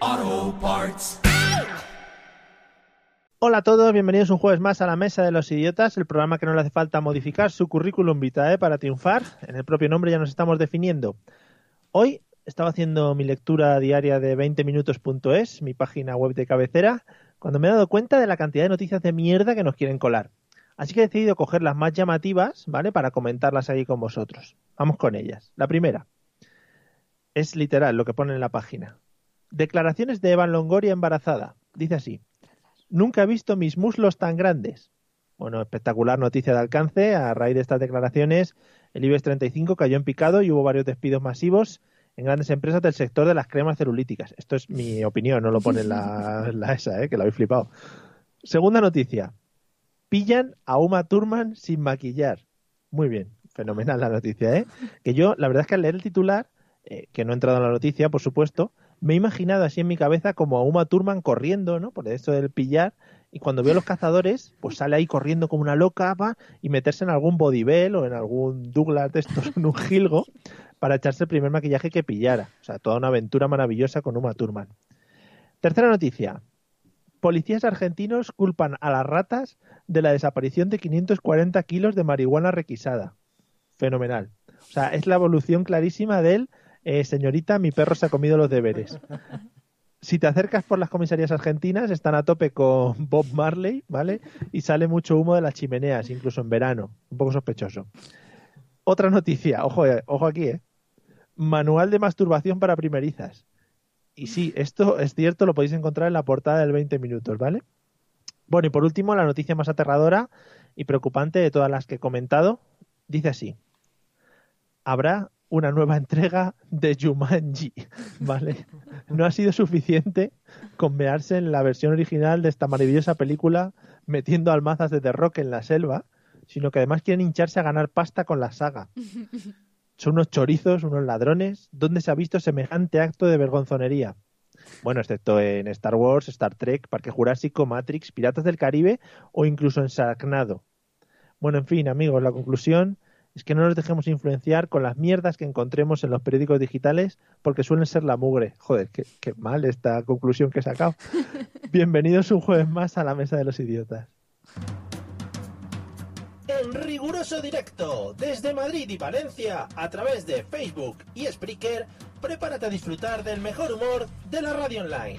Auto Parts. Hola a todos, bienvenidos un jueves más a la Mesa de los Idiotas, el programa que no le hace falta modificar su currículum vitae para triunfar. En el propio nombre ya nos estamos definiendo. Hoy estaba haciendo mi lectura diaria de 20minutos.es, mi página web de cabecera, cuando me he dado cuenta de la cantidad de noticias de mierda que nos quieren colar. Así que he decidido coger las más llamativas, ¿vale? Para comentarlas ahí con vosotros. Vamos con ellas. La primera. Es literal lo que pone en la página. Declaraciones de Evan Longoria embarazada. Dice así. Nunca he visto mis muslos tan grandes. Bueno, espectacular noticia de alcance. A raíz de estas declaraciones, el IBEX 35 cayó en picado y hubo varios despidos masivos en grandes empresas del sector de las cremas celulíticas. Esto es mi opinión, no lo pone la, la esa, ¿eh? que la habéis flipado. Segunda noticia. Pillan a Uma Thurman sin maquillar. Muy bien, fenomenal la noticia, ¿eh? Que yo, la verdad es que al leer el titular, eh, que no he entrado en la noticia, por supuesto, me he imaginado así en mi cabeza como a Uma Thurman corriendo, ¿no? Por esto del pillar. Y cuando veo a los cazadores, pues sale ahí corriendo como una loca va, y meterse en algún bodybell o en algún Douglas de estos, en un gilgo, para echarse el primer maquillaje que pillara. O sea, toda una aventura maravillosa con Uma Thurman. Tercera noticia. Policías argentinos culpan a las ratas de la desaparición de 540 kilos de marihuana requisada. Fenomenal. O sea, es la evolución clarísima del eh, señorita, mi perro se ha comido los deberes. Si te acercas por las comisarías argentinas, están a tope con Bob Marley, ¿vale? Y sale mucho humo de las chimeneas, incluso en verano. Un poco sospechoso. Otra noticia, ojo, eh, ojo aquí, ¿eh? Manual de masturbación para primerizas. Y sí, esto es cierto, lo podéis encontrar en la portada del 20 minutos, ¿vale? Bueno, y por último, la noticia más aterradora y preocupante de todas las que he comentado, dice así. Habrá una nueva entrega de Jumanji, ¿vale? No ha sido suficiente con mearse en la versión original de esta maravillosa película metiendo almazas de The Rock en la selva, sino que además quieren hincharse a ganar pasta con la saga. Son unos chorizos, unos ladrones. ¿Dónde se ha visto semejante acto de vergonzonería? Bueno, excepto en Star Wars, Star Trek, Parque Jurásico, Matrix, Piratas del Caribe o incluso en Sacnado. Bueno, en fin, amigos, la conclusión es que no nos dejemos influenciar con las mierdas que encontremos en los periódicos digitales porque suelen ser la mugre. Joder, qué, qué mal esta conclusión que he sacado. Bienvenidos un jueves más a la Mesa de los Idiotas. En riguroso directo desde Madrid y Valencia a través de Facebook y Spreaker, prepárate a disfrutar del mejor humor de la radio online.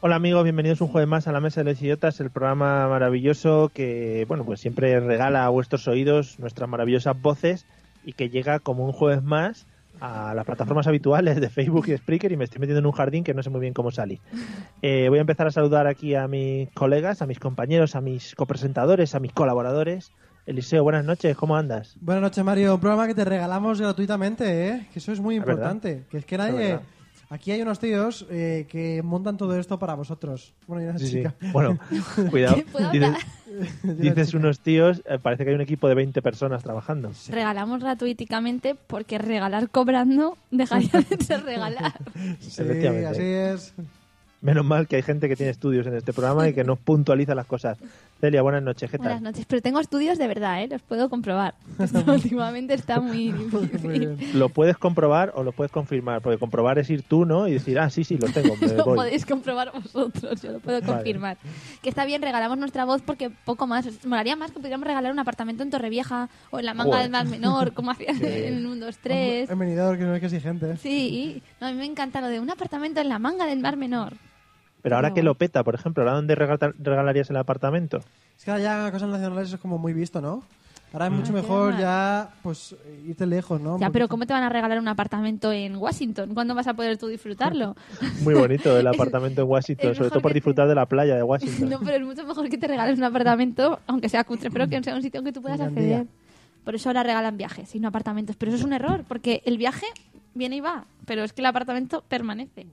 Hola amigos, bienvenidos un jueves más a la Mesa de los Idiotas, el programa maravilloso que, bueno, pues siempre regala a vuestros oídos nuestras maravillosas voces y que llega como un jueves más a las plataformas habituales de Facebook y Spreaker y me estoy metiendo en un jardín que no sé muy bien cómo salí. Eh, voy a empezar a saludar aquí a mis colegas, a mis compañeros, a mis copresentadores, a mis colaboradores. Eliseo, buenas noches, ¿cómo andas? Buenas noches, Mario. Un programa que te regalamos gratuitamente, ¿eh? Que eso es muy Es verdad. importante. Que es que Es nadie... verdad. Aquí hay unos tíos eh, que montan todo esto para vosotros. Bueno, y una Sí, sí. chica. Bueno, cuidado. ¿Puedo Dices, hablar? Y una dices chica. unos tíos, eh, parece que hay un equipo de 20 personas trabajando. Regalamos gratuitamente porque regalar cobrando dejaría de ser regalar. Sí, Efectivamente. así es. Menos mal que hay gente que tiene estudios en este programa y que nos puntualiza las cosas. Celia, buenas noches, ¿qué Buenas tal? noches, pero tengo estudios de verdad, ¿eh? los puedo comprobar. Esto últimamente está muy Muy difícil. bien. Lo puedes comprobar o lo puedes confirmar, porque comprobar es ir tú, ¿no? Y decir, ah, sí, sí, lo tengo, me Lo voy. podéis comprobar vosotros, yo lo puedo Vale. confirmar. Que está bien, regalamos nuestra voz porque poco más. Os Molaría más que pudiéramos regalar un apartamento en Torrevieja o en la manga Joder. del Mar Menor, como hacían en 1, 2, 3. He venido que no es que exigente. Sí, no, a mí me encanta lo de un apartamento en la manga del Mar Menor. Pero ahora No. que lo peta, por ejemplo, ¿ahora dónde regata- regalarías el apartamento? Es que ahora ya cosas nacionales es como muy visto, ¿no? Ahora es mucho Ah, qué mejor mal. ya, pues, irte lejos, ¿no? Un Ya, pero poquito. ¿cómo te van a regalar un apartamento en Washington? ¿Cuándo vas a poder tú disfrutarlo? Muy bonito el Es- apartamento en Washington, es sobre mejor todo por que te- disfrutar de la playa de Washington. No, pero es mucho mejor que te regales un apartamento, aunque sea cutre, pero que sea un sitio que tú puedas En acceder. Gandía. Por eso ahora regalan viajes y no apartamentos. Pero eso es un error, porque el viaje viene y va, pero es que el apartamento permanece.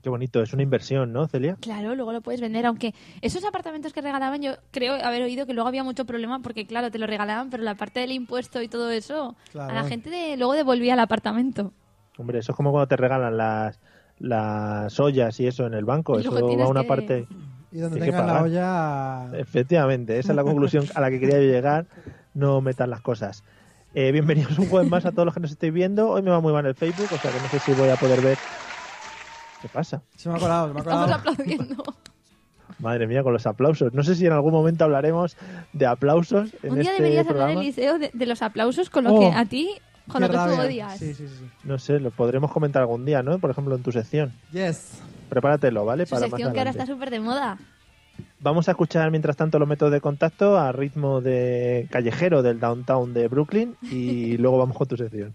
Qué bonito, es una inversión, ¿no, Celia? Claro, luego lo puedes vender, aunque esos apartamentos que regalaban, yo creo haber oído que luego había mucho problema porque, claro, te lo regalaban, pero la parte del impuesto y todo eso, a la Claro. gente de- luego devolvía el apartamento. Hombre, eso es como cuando te regalan las las ollas y eso en el banco, Y eso luego va tienes a una que- parte. Y donde Hay que tengas la pagar. olla... Efectivamente, esa es la conclusión a la que quería yo llegar. No metan las cosas. Eh, bienvenidos un jueves más a todos los que nos estéis viendo. Hoy me va muy mal el Facebook, o sea que no sé si voy a poder ver. ¿Qué pasa? Se me ha colado, se me ha Estamos colado. aplaudiendo. Madre mía, con los aplausos. No sé si en algún momento hablaremos de aplausos en Un día este deberías programa. hablar, Eliseo, de, de los aplausos con lo Oh, que a ti, con lo Qué que tú rabia. odias. Sí, sí, sí. No sé, lo podremos comentar algún día, ¿no? Por ejemplo, en tu sección. Yes. Prepáratelo, ¿vale? Su sección que ahora está súper de moda. Vamos a escuchar mientras tanto los métodos de contacto a ritmo de callejero del downtown de Brooklyn y luego vamos con tu sección.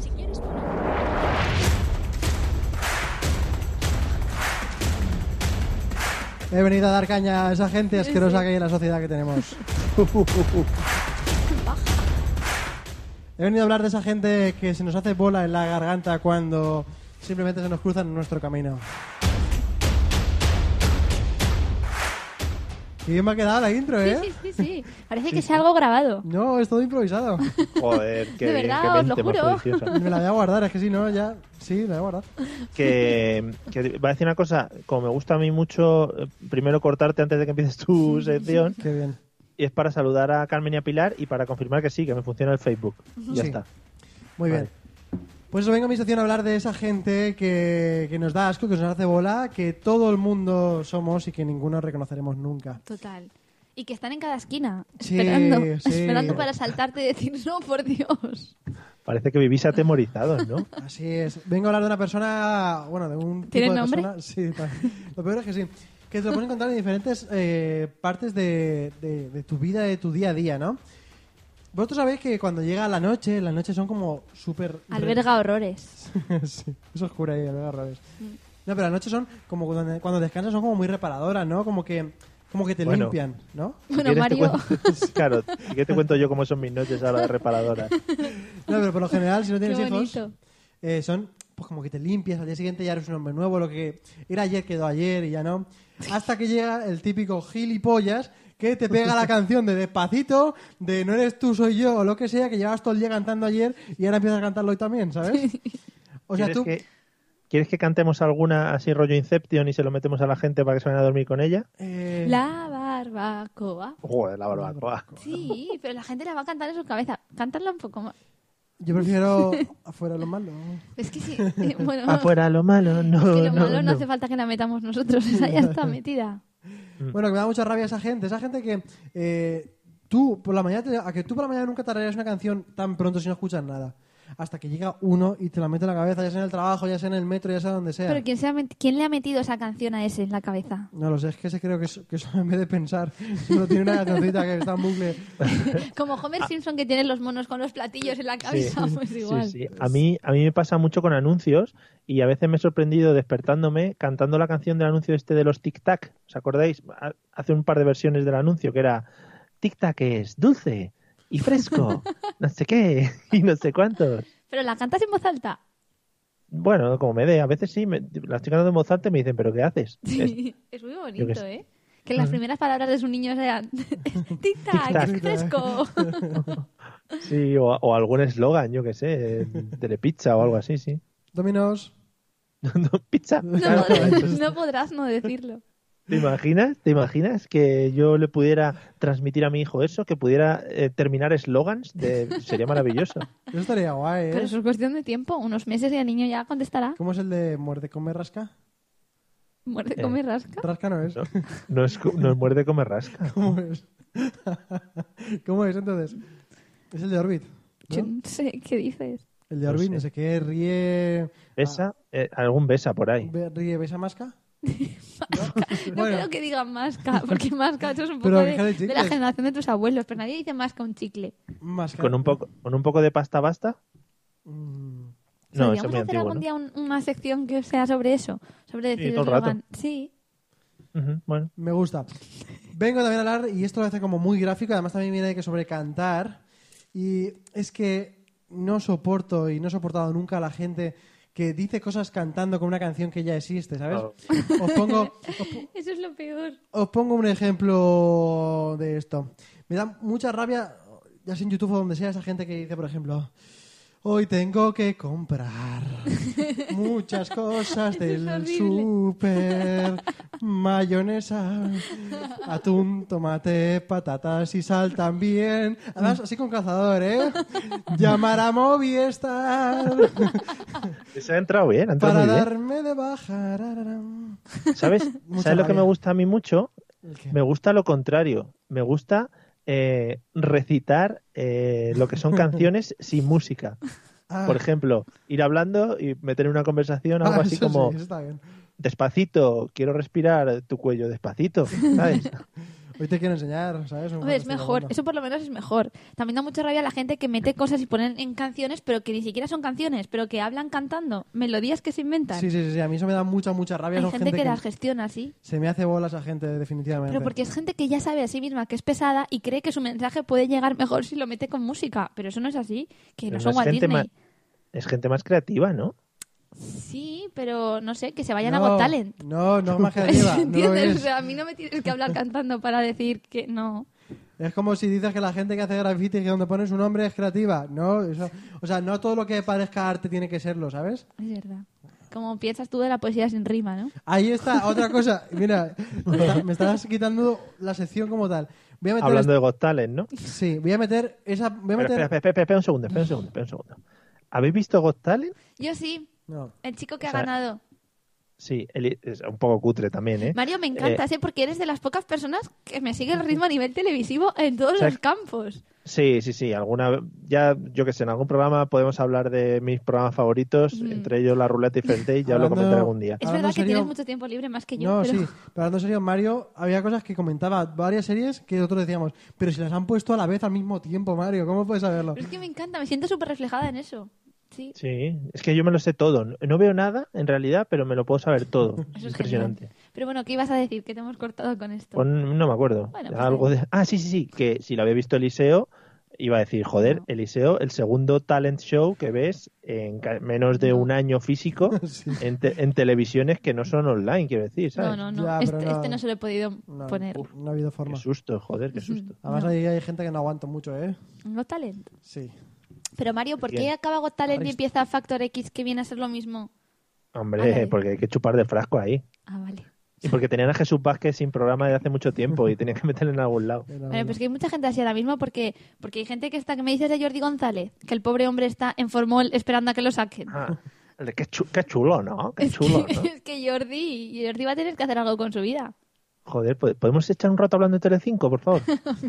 Si quieres ponerte- He venido a dar caña a esa gente asquerosa que hay en la sociedad que tenemos. He venido a hablar de esa gente que se nos hace bola en la garganta cuando simplemente se nos cruzan en nuestro camino. Qué bien me ha quedado la intro, Sí, ¿eh? sí, sí, sí. Parece que sea algo grabado. No, es todo improvisado. Joder, qué, De bien, verdad, qué os lo mente más juro. prodigiosa. Me la voy a guardar, es que si no, ya... Sí, la voy a guardar. que, que va a decir una cosa, como me gusta a mí mucho, eh, primero cortarte antes de que empieces tu sección, Qué bien. y es para saludar a Carmen y a Pilar y para confirmar que sí, que me funciona el Facebook. Ya Sí. está. Muy bien. Vale. Pues eso, vengo a mi sección a hablar de esa gente que, que nos da asco, que nos hace bola, que todo el mundo somos y que ninguno reconoceremos nunca. Total. Y que están en cada esquina, Sí, esperando, sí. esperando para saltarte y decir, no, por Dios. Parece que vivís atemorizados, ¿no? Así es. Vengo a hablar de una persona, bueno, de un tipo ¿Tiene de nombre? persona- Sí, pa- lo peor es que sí. Que te lo pueden encontrar en diferentes eh, partes de, de- de tu vida, de tu día a día, ¿no? Vosotros sabéis que cuando llega la noche, las noches son como súper... Alberga horrores. sí, es oscura ahí, alberga raros. Mm. No, pero las noches son como cuando, cuando descansas son como muy reparadoras, ¿no? Como que, como que te Bueno. limpian, ¿no? Si Bueno, quieres te Mario. cuento- claro, si quieres te cuento yo cómo son mis noches ahora de reparadora. No, pero por lo general, si no tienes Qué hijos, bonito. eh, son pues como que te limpias, al día siguiente ya eres un hombre nuevo, lo que era ayer quedó ayer y ya no. Hasta que llega el típico gilipollas que te pega la canción de despacito, de no eres tú, soy yo, o lo que sea, que llevabas todo el día cantando ayer y ahora empiezas a cantarlo hoy también, ¿sabes? O sea, ¿Quieres, tú... que, ¿Quieres que cantemos alguna así rollo Inception y se lo metemos a la gente para que se vayan a dormir con ella? eh, La barbacoa. Joder, la barbacoa. Sí, pero la gente la va a cantar en su cabeza. Cántala un poco más. Yo prefiero afuera lo malo. Es que sí, eh, bueno, Afuera lo malo, no, es que lo no, malo no, no. hace falta que la metamos nosotros, esa ya está metida. Mm. Bueno, que me da mucha rabia esa gente. Esa gente que eh, tú por la mañana te- a que tú por la mañana nunca tarareas una canción tan pronto si no escuchas nada. Hasta que llega uno y te la mete en la cabeza, ya sea en el trabajo, ya sea en el metro, ya sea donde sea. Pero ¿quién, se ha met- ¿quién le ha metido esa canción a ese en la cabeza? No lo sé, es que ese creo que, es- que eso en vez de pensar, solo tiene una cancioncita que está en bucle. Como Homer Simpson que tiene los monos con los platillos en la cabeza, pues igual. Sí, sí. A mí, a mí me pasa mucho con anuncios y a veces me he sorprendido despertándome cantando la canción del anuncio este de los Tic Tac. ¿Os acordáis? Ha- Hace un par de versiones del anuncio que era Tic Tac es dulce y fresco, no sé qué y no sé cuántos. Pero la cantas en voz alta. Bueno, como me dé, a veces sí, me, la estoy cantando en voz alta y me dicen, ¿pero qué haces? Es- Sí, es muy Yo qué bonito, sé. ¿eh? Que las primeras palabras de su niño sean tic-tac, Tic-tac. es fresco. sí, o, o algún eslogan, yo qué sé, eh, telepizza o algo así, sí. Dominos. No, pizza. No, Claro, podrás, no podrás no decirlo. ¿Te imaginas? ¿Te imaginas que yo le pudiera transmitir a mi hijo eso? Que pudiera eh, terminar eslogans de... Sería maravilloso. Eso estaría guay, ¿eh? Pero eso es cuestión de tiempo. Unos meses y el niño ya contestará. ¿Cómo es el de muerde, come, rasca? Eh, Muerde, come y rasca. Rasca no es. No, no es, co- no es muerde como rasca. ¿Cómo es? ¿Cómo es entonces? Es el de Orbit. ¿no? Yo no sé qué dices. El de No Orbit, no sé, sé. qué, ríe. Besa, eh, algún besa por ahí. Be- ¿Ríe, besa masca? No Bueno. creo que digan masca, porque masca eso es un poco Pero de, deja de de la chicles. generación de tus abuelos. Pero nadie dice masca un chicle. Masca. Con un poco, con un poco de pasta basta. Mm, No, Podríamos eso es muy hacer antiguo. algún ¿no? día un- una sección que sea sobre eso. Sobre decir todo el rato. eslogan. Sí. Ujú, Bueno, me gusta. Vengo también a hablar, y esto lo hace como muy gráfico, además también viene que sobre cantar. Y es que no soporto y no he soportado nunca a la gente que dice cosas cantando con una canción que ya existe, ¿sabes? Claro. Os pongo, os po- Eso es lo peor. Os pongo un ejemplo de esto. Me da mucha rabia, ya sea en YouTube o donde sea, esa gente que dice, por ejemplo, hoy tengo que comprar muchas cosas Eso es del horrible. súper, mayonesa, atún, tomate, patatas y sal también. Además, así con cazador, ¿eh? Llamar a Movistar se ha entrado bien, ha entrado para muy bien. darme de baja. rararam. ¿Sabes? Mucha ¿Sabes lo que me rabia. gusta a mí mucho? ¿El qué? Me gusta lo contrario. Me gusta eh, recitar eh, lo que son canciones sin música. Ah, Por ejemplo, ir hablando y meter en una conversación algo ah, así eso como sí, eso está bien. despacito, quiero respirar tu cuello despacito, ¿sabes? Hoy te quiero enseñar, ¿sabes? Un Hombre, es fantástico mejor, mundo. eso por lo menos es mejor. También da mucha rabia la gente que mete cosas y ponen en canciones, pero que ni siquiera son canciones, pero que hablan cantando, melodías que se inventan. Sí, sí, sí, sí, a mí eso me da mucha, mucha rabia. Hay Son gente, que, las gestiona así, Se me hace bolas a gente, definitivamente. pero porque es gente que ya sabe a sí misma que es pesada y cree que su mensaje puede llegar mejor si lo mete con música, pero eso no es así, que no Pero son es, Walt gente Disney. más, es gente más creativa, ¿no? Sí, pero no sé, que se vayan no, a Got Talent. No, no, más que lleva. No lo ¿Entiendes? es. O sea, a mí no me tienes que hablar cantando para decir que no. Es como si dices que la gente que hace graffiti que donde pones un nombre es creativa. No, eso- o sea, no todo lo que parezca arte tiene que serlo, ¿sabes? Es verdad. Como piensas tú de la poesía sin rima, ¿no? Ahí está, otra cosa. Mira, me está- me estás quitando la sección como tal. Voy a meter Hablando de Got Talent, ¿no? est- Sí, voy a meter esa... Voy Pero, a meter... espera, espera, espera, espera un segundo, espera un segundo, espera un segundo. ¿Habéis visto Got Talent? Yo sí, No. el chico que O ha sea, ganado. Sí, el- es un poco cutre también, ¿eh? Mario, me encantas, ¿eh? porque eres de las pocas personas que me sigue el ritmo a nivel televisivo en todos O sea, los campos. Sí, sí, sí. Alguna, ya, yo que sé, en algún programa podemos hablar de mis programas favoritos, Mm. entre ellos La Ruleta y Ferté, ya lo Hablando- comentaré algún día. Es hablando verdad en que serio- tienes mucho tiempo libre más que yo. No, pero... sí, pero hablando en serio, Mario, había cosas que comentaba, varias series que nosotros decíamos, pero si las han puesto a la vez al mismo tiempo, Mario, ¿cómo puedes saberlo? Pero es que me encanta, me siento súper reflejada en eso. Sí, Sí, es que yo me lo sé todo. No- No veo nada, en realidad, pero me lo puedo saber todo. eso es Impresionante. genial. Pero bueno, ¿qué ibas a decir? Que te hemos cortado con esto. Pues no me acuerdo. Bueno, pues Algo de... Ah, sí, sí, sí, que si lo había visto Eliseo, iba a decir, joder, No. Eliseo, el segundo talent show que ves en ca- menos de No. un año físico Sí. en, te- en televisiones que no son online, quiero decir, no, ¿sabes? no, no. Ya, este, pero no. este no se lo he podido No, poner. uf, no ha habido Qué forma. susto, joder, qué susto. Además, No. ahí hay gente que no aguanto mucho, ¿eh? No talent. Sí. Pero Mario, ¿por qué Bien. acaba Got Talent y Arrest- empieza Factor X que viene a ser lo mismo? Hombre, Ándale. porque hay que chupar del frasco ahí. Ah, vale. Y porque tenían a Jesús Vázquez sin programa desde hace mucho tiempo y tenían que meterle en algún lado. Era Bueno, una- pues que hay mucha gente así ahora mismo porque, porque hay gente que está, que me dices de Jordi González, que el pobre hombre está en formol esperando a que lo saquen. Ah, qué, chu- qué chulo, ¿no? Qué chulo, es, ¿no? que, es que Jordi, Jordi va a tener que hacer algo con su vida. Joder, ¿pod- ¿podemos echar un rato hablando de Telecinco, por favor?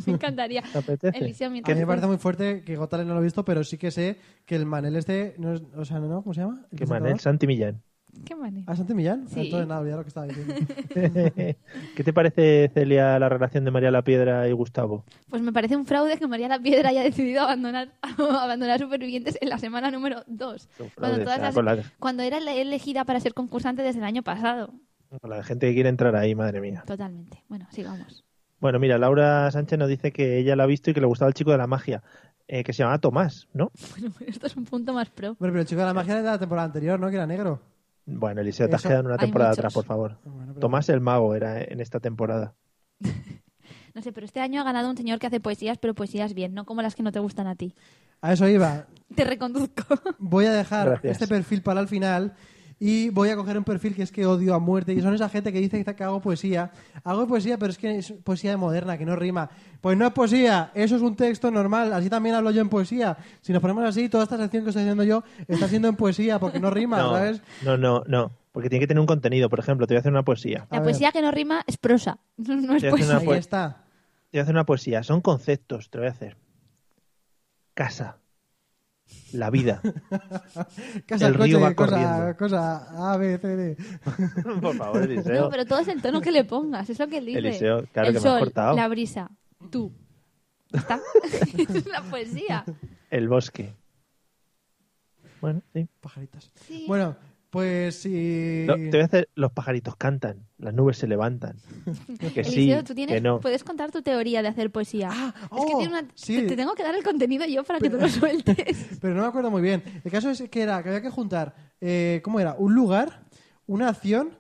Me encantaría. ¿Te apetece? Eliseo, A mientras mí me parece tanto- muy fuerte que Gotale no lo he visto, pero sí que sé que el Manel este, no es- o sea, ¿no? ¿Cómo se llama? ¿El Qué presentador? manel, Santi Millán. Qué manera. ¿Ah, Santi Millán? Sí. Ah, Entonces, nada, olvidar lo que estaba diciendo. ¿Qué te parece, Celia, la relación de María la Piedra y Gustavo? Pues me parece un fraude que María la Piedra haya decidido abandonar, abandonar Supervivientes en la semana número 2. Un fraude, Cuando, todas o sea, las- con, la, cuando era la- elegida para ser concursante desde el año pasado. con la gente que quiere entrar ahí, madre mía. Totalmente. Bueno, sigamos. Bueno, mira, Laura Sánchez nos dice que ella la ha visto y que le gustaba el chico de la magia, eh, que se llamaba Tomás, ¿no? Bueno, esto es un punto más pro. Bueno, pero el chico de la magia era de la temporada anterior, ¿no? Que era negro. Bueno, Eliseo, te has Eso- quedado en una hay temporada muchos. atrás, por favor. Ah, Bueno, pero- Tomás el mago era en esta temporada. No sé, pero este año ha ganado un señor que hace poesías, pero poesías bien, no como las que no te gustan a ti. A eso iba. Te reconduzco. Voy a dejar Gracias. este perfil para el final Y voy a coger un perfil que es que odio a muerte. Y son esa gente que dice que hago poesía. Hago poesía, pero es que es poesía moderna, que no rima. Pues no es poesía, eso es un texto normal. Así también hablo yo en poesía. Si nos ponemos así, toda esta sección que estoy haciendo yo está siendo en poesía, porque no rima, No, ¿sabes? no, no, no. Porque tiene que tener un contenido. Por ejemplo, te voy a hacer una poesía. A La ver. poesía que no rima es prosa, no es Te hace poesía. una Ahí poe- está. Te voy a hacer una poesía. Son conceptos. Te voy a hacer. Casa. La vida. Casa, El río coche, va cosa, corriendo. cosa, A, B, C, D. Por favor, Eliseo. No, pero todo es el tono que le pongas, es lo que él dice. Eliseo, claro el que me has sol, cortado. la brisa, tú. Está. es la poesía. El bosque. Bueno, sí. Pajaritas. Sí. Bueno, pues sí. No, te voy a hacer. Los pajaritos cantan. Las nubes se levantan. Que sí. Eliseo, tú tienes, que no. puedes contar tu teoría de hacer poesía. es que oh, tiene una, sí. te, te tengo que dar el contenido yo para que tú lo sueltes. Pero no me acuerdo muy bien. El caso es que era que había que juntar, eh, ¿cómo era? Un lugar, una acción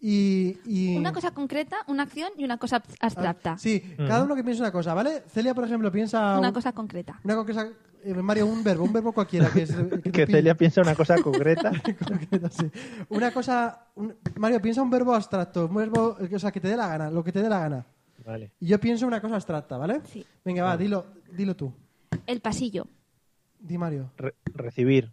y... y- Una cosa concreta, una acción y una cosa abstracta. Ah, Sí, cada uno que piensa una cosa, ¿vale? Celia, por ejemplo, piensa... Una un- cosa concreta. Una cosa... eh, Mario, un verbo, un verbo cualquiera. Que, es, que Que tú Celia pi- piensa una cosa concreta. concreta, sí. Una cosa... un- Mario, piensa un verbo abstracto, un verbo... O sea, que te dé la gana, lo que te dé la gana. Vale. Y yo pienso una cosa abstracta, ¿vale? Sí. Venga, va, dilo, dilo tú. El pasillo. Di Mario. Re- recibir.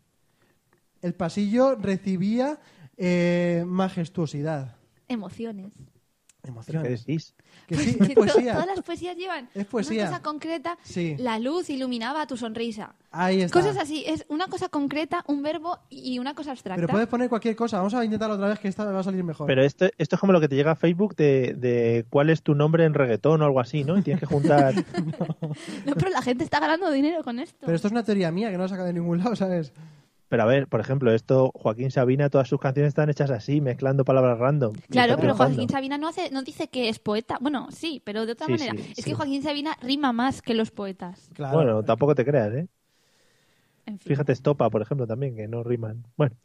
El pasillo recibía eh, majestuosidad. Emociones. ¿Pero ¿Qué Emociones. decís? Que sí, Que es to- poesía. Todas las poesías llevan Es poesía. una cosa concreta. Sí. La luz iluminaba tu sonrisa. Ahí está. Cosas así. Es una cosa concreta, un verbo y una cosa abstracta. Pero puedes poner cualquier cosa. Vamos a intentar otra vez que esta va a salir mejor. Pero esto, esto es como lo que te llega a Facebook de, de cuál es tu nombre en reggaetón o algo así, ¿no? Y tienes que juntar. No, pero la gente está ganando dinero con esto. Pero esto es una teoría mía que no la saca de ningún lado, ¿sabes? Pero a ver, por ejemplo, esto, Joaquín Sabina, todas sus canciones están hechas así, mezclando palabras random. Y Claro, está pero triunfando. Joaquín Sabina no hace, no dice que es poeta. Bueno, sí, pero de otra Sí, manera. sí, es sí. que Joaquín Sabina rima más que los poetas. Claro. Bueno, tampoco te creas, ¿eh? En fin. Fíjate, Estopa, por ejemplo, también, que no riman. Bueno,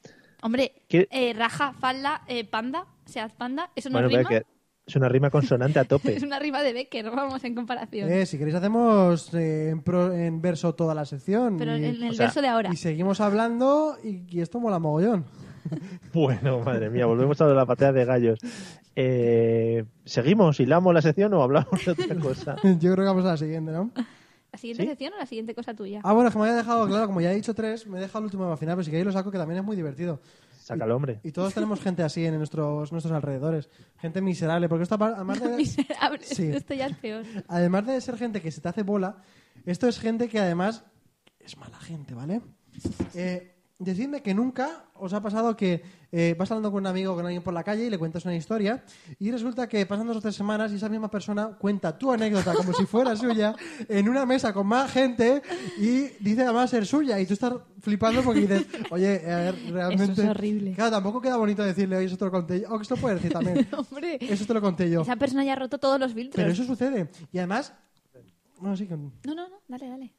Hombre, ¿Qué- eh, raja, falda, eh, panda, seas panda, eso no bueno pero rima. que es una rima consonante a tope. Es una rima de Becker, vamos, en comparación. Eh, si queréis hacemos eh, en, pro- en verso toda la sección. pero en y, el o sea, verso de ahora. y seguimos hablando y, y esto mola mogollón. Bueno, madre mía, volvemos a lo de la patea de gallos. Eh, ¿Seguimos? ¿Hilamos la sección o hablamos de otra cosa? Yo creo que vamos a la siguiente, ¿no? ¿La siguiente ¿Sí? sección o la siguiente cosa tuya? Ah, bueno, es que me había dejado, claro, como ya he dicho tres, me he dejado el último para el final, pero si queréis lo saco que también es muy divertido. Sácalo, hombre. Y todos tenemos gente así en nuestros, nuestros alrededores. Gente miserable, porque esto apar- además de... Miserable, Sí. esto ya es peor. además de ser gente que se te hace bola, esto es gente que además es mala gente, ¿vale? Eh, decidme que nunca os ha pasado que eh, vas hablando con un amigo o con alguien por la calle y le cuentas una historia y resulta que pasan dos o tres semanas y esa misma persona cuenta tu anécdota como si fuera suya en una mesa con más gente y dice además ser suya y tú estás flipando porque dices, oye, a ver, realmente... horrible. Claro, tampoco queda bonito decirle, oye, eso te lo conté yo. O que esto puede decir también. Hombre, Eso te lo conté yo. esa persona ya ha roto todos los filtros. Pero eso sucede. Y además, bueno, sí, que- No, no, no, dale, dale.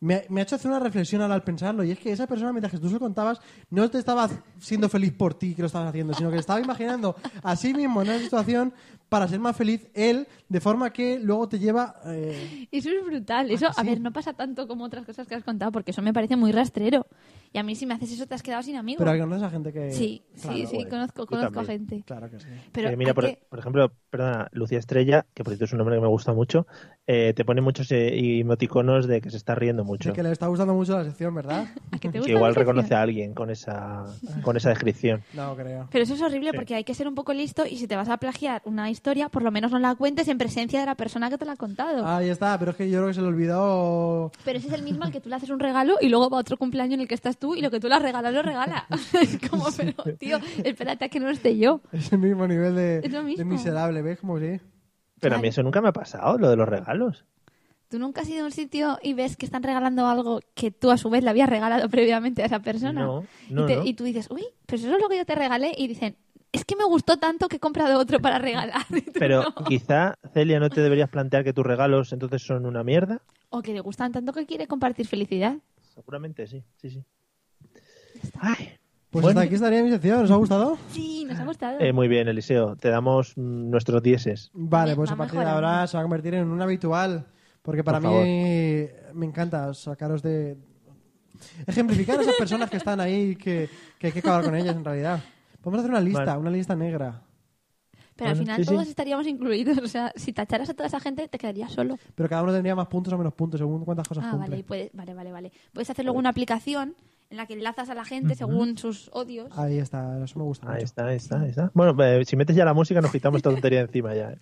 me, me ha hecho hacer una reflexión ahora al pensarlo. Y es que esa persona, mientras que tú se lo contabas, no te estaba siendo feliz por ti que lo estabas haciendo, sino que estaba imaginando a sí mismo en una situación para ser más feliz él, de forma que luego te lleva. eh, Eso es brutal. Eso, a ver, no pasa tanto como otras cosas que has contado, porque eso me parece muy rastrero. Y a mí si me haces eso te has quedado sin amigos. pero que conoces a gente que. sí, sí, Claro, sí, bueno. conozco, Yo conozco a también. gente. Claro que sí. Pero Eh, mira, hay por, que- por ejemplo, perdona, Lucía Estrella, que por cierto es un nombre que me gusta mucho, eh, te pone muchos eh, emoticonos de que se está riendo mucho. De que le está gustando mucho la sección, ¿verdad? ¿a que te gusta Que la igual sección? reconoce a alguien con esa, con esa descripción. No creo. Pero eso es horrible porque hay que ser un poco listo y si te vas a plagiar una historia, por lo menos no la cuentes en presencia de la persona que te la ha contado. Ahí está, pero es que yo creo que se le olvidó. Pero ese es el mismo al que tú le haces un regalo y luego va otro cumpleaños en el que estás tú y lo que tú le has regalado lo regala. es como, pero tío, espérate a que no esté yo. Es el mismo nivel de, Es lo de mismo. miserable, ¿ves? Como sí. Pero a mí Ay. eso nunca me ha pasado, lo de los regalos. ¿Tú nunca has ido a un sitio y ves que están regalando algo que tú a su vez le habías regalado previamente a esa persona? No, no, y, te- no. y tú dices, uy, pero eso es lo que yo te regalé. Y dicen, es que me gustó tanto que he comprado otro para regalar. Y tú, Pero "No". quizá, Celia, no te deberías plantear que tus regalos entonces son una mierda. O que le gustan tanto que quiere compartir felicidad. Seguramente sí, sí, sí. Ay, Pues Bueno. hasta aquí estaría mi sección. ¿Os ha gustado? Sí, nos ha gustado. eh, muy bien, Eliseo, te damos mm, nuestros dieces. Vale, Me- pues va a partir de mejorando. ahora se va a convertir en un habitual. Porque para Por mí me encanta sacaros de. Ejemplificar a esas personas que están ahí y que, que hay que acabar con ellas en realidad. Podemos hacer una lista, Vale. una lista negra. Pero al Bueno, final sí, sí. todos estaríamos incluidos. O sea, si tacharas a toda esa gente, te quedarías solo. Pero cada uno tendría más puntos o menos puntos según cuántas cosas Ah, cumple. vale, y puedes, vale, vale, vale. Puedes hacer luego una aplicación en la que enlazas a la gente según sus odios. Ah. Ahí está, eso me gusta Ahí mucho. está, ahí está, ahí está. Bueno, eh, si metes ya la música nos quitamos esta tontería encima ya. eh.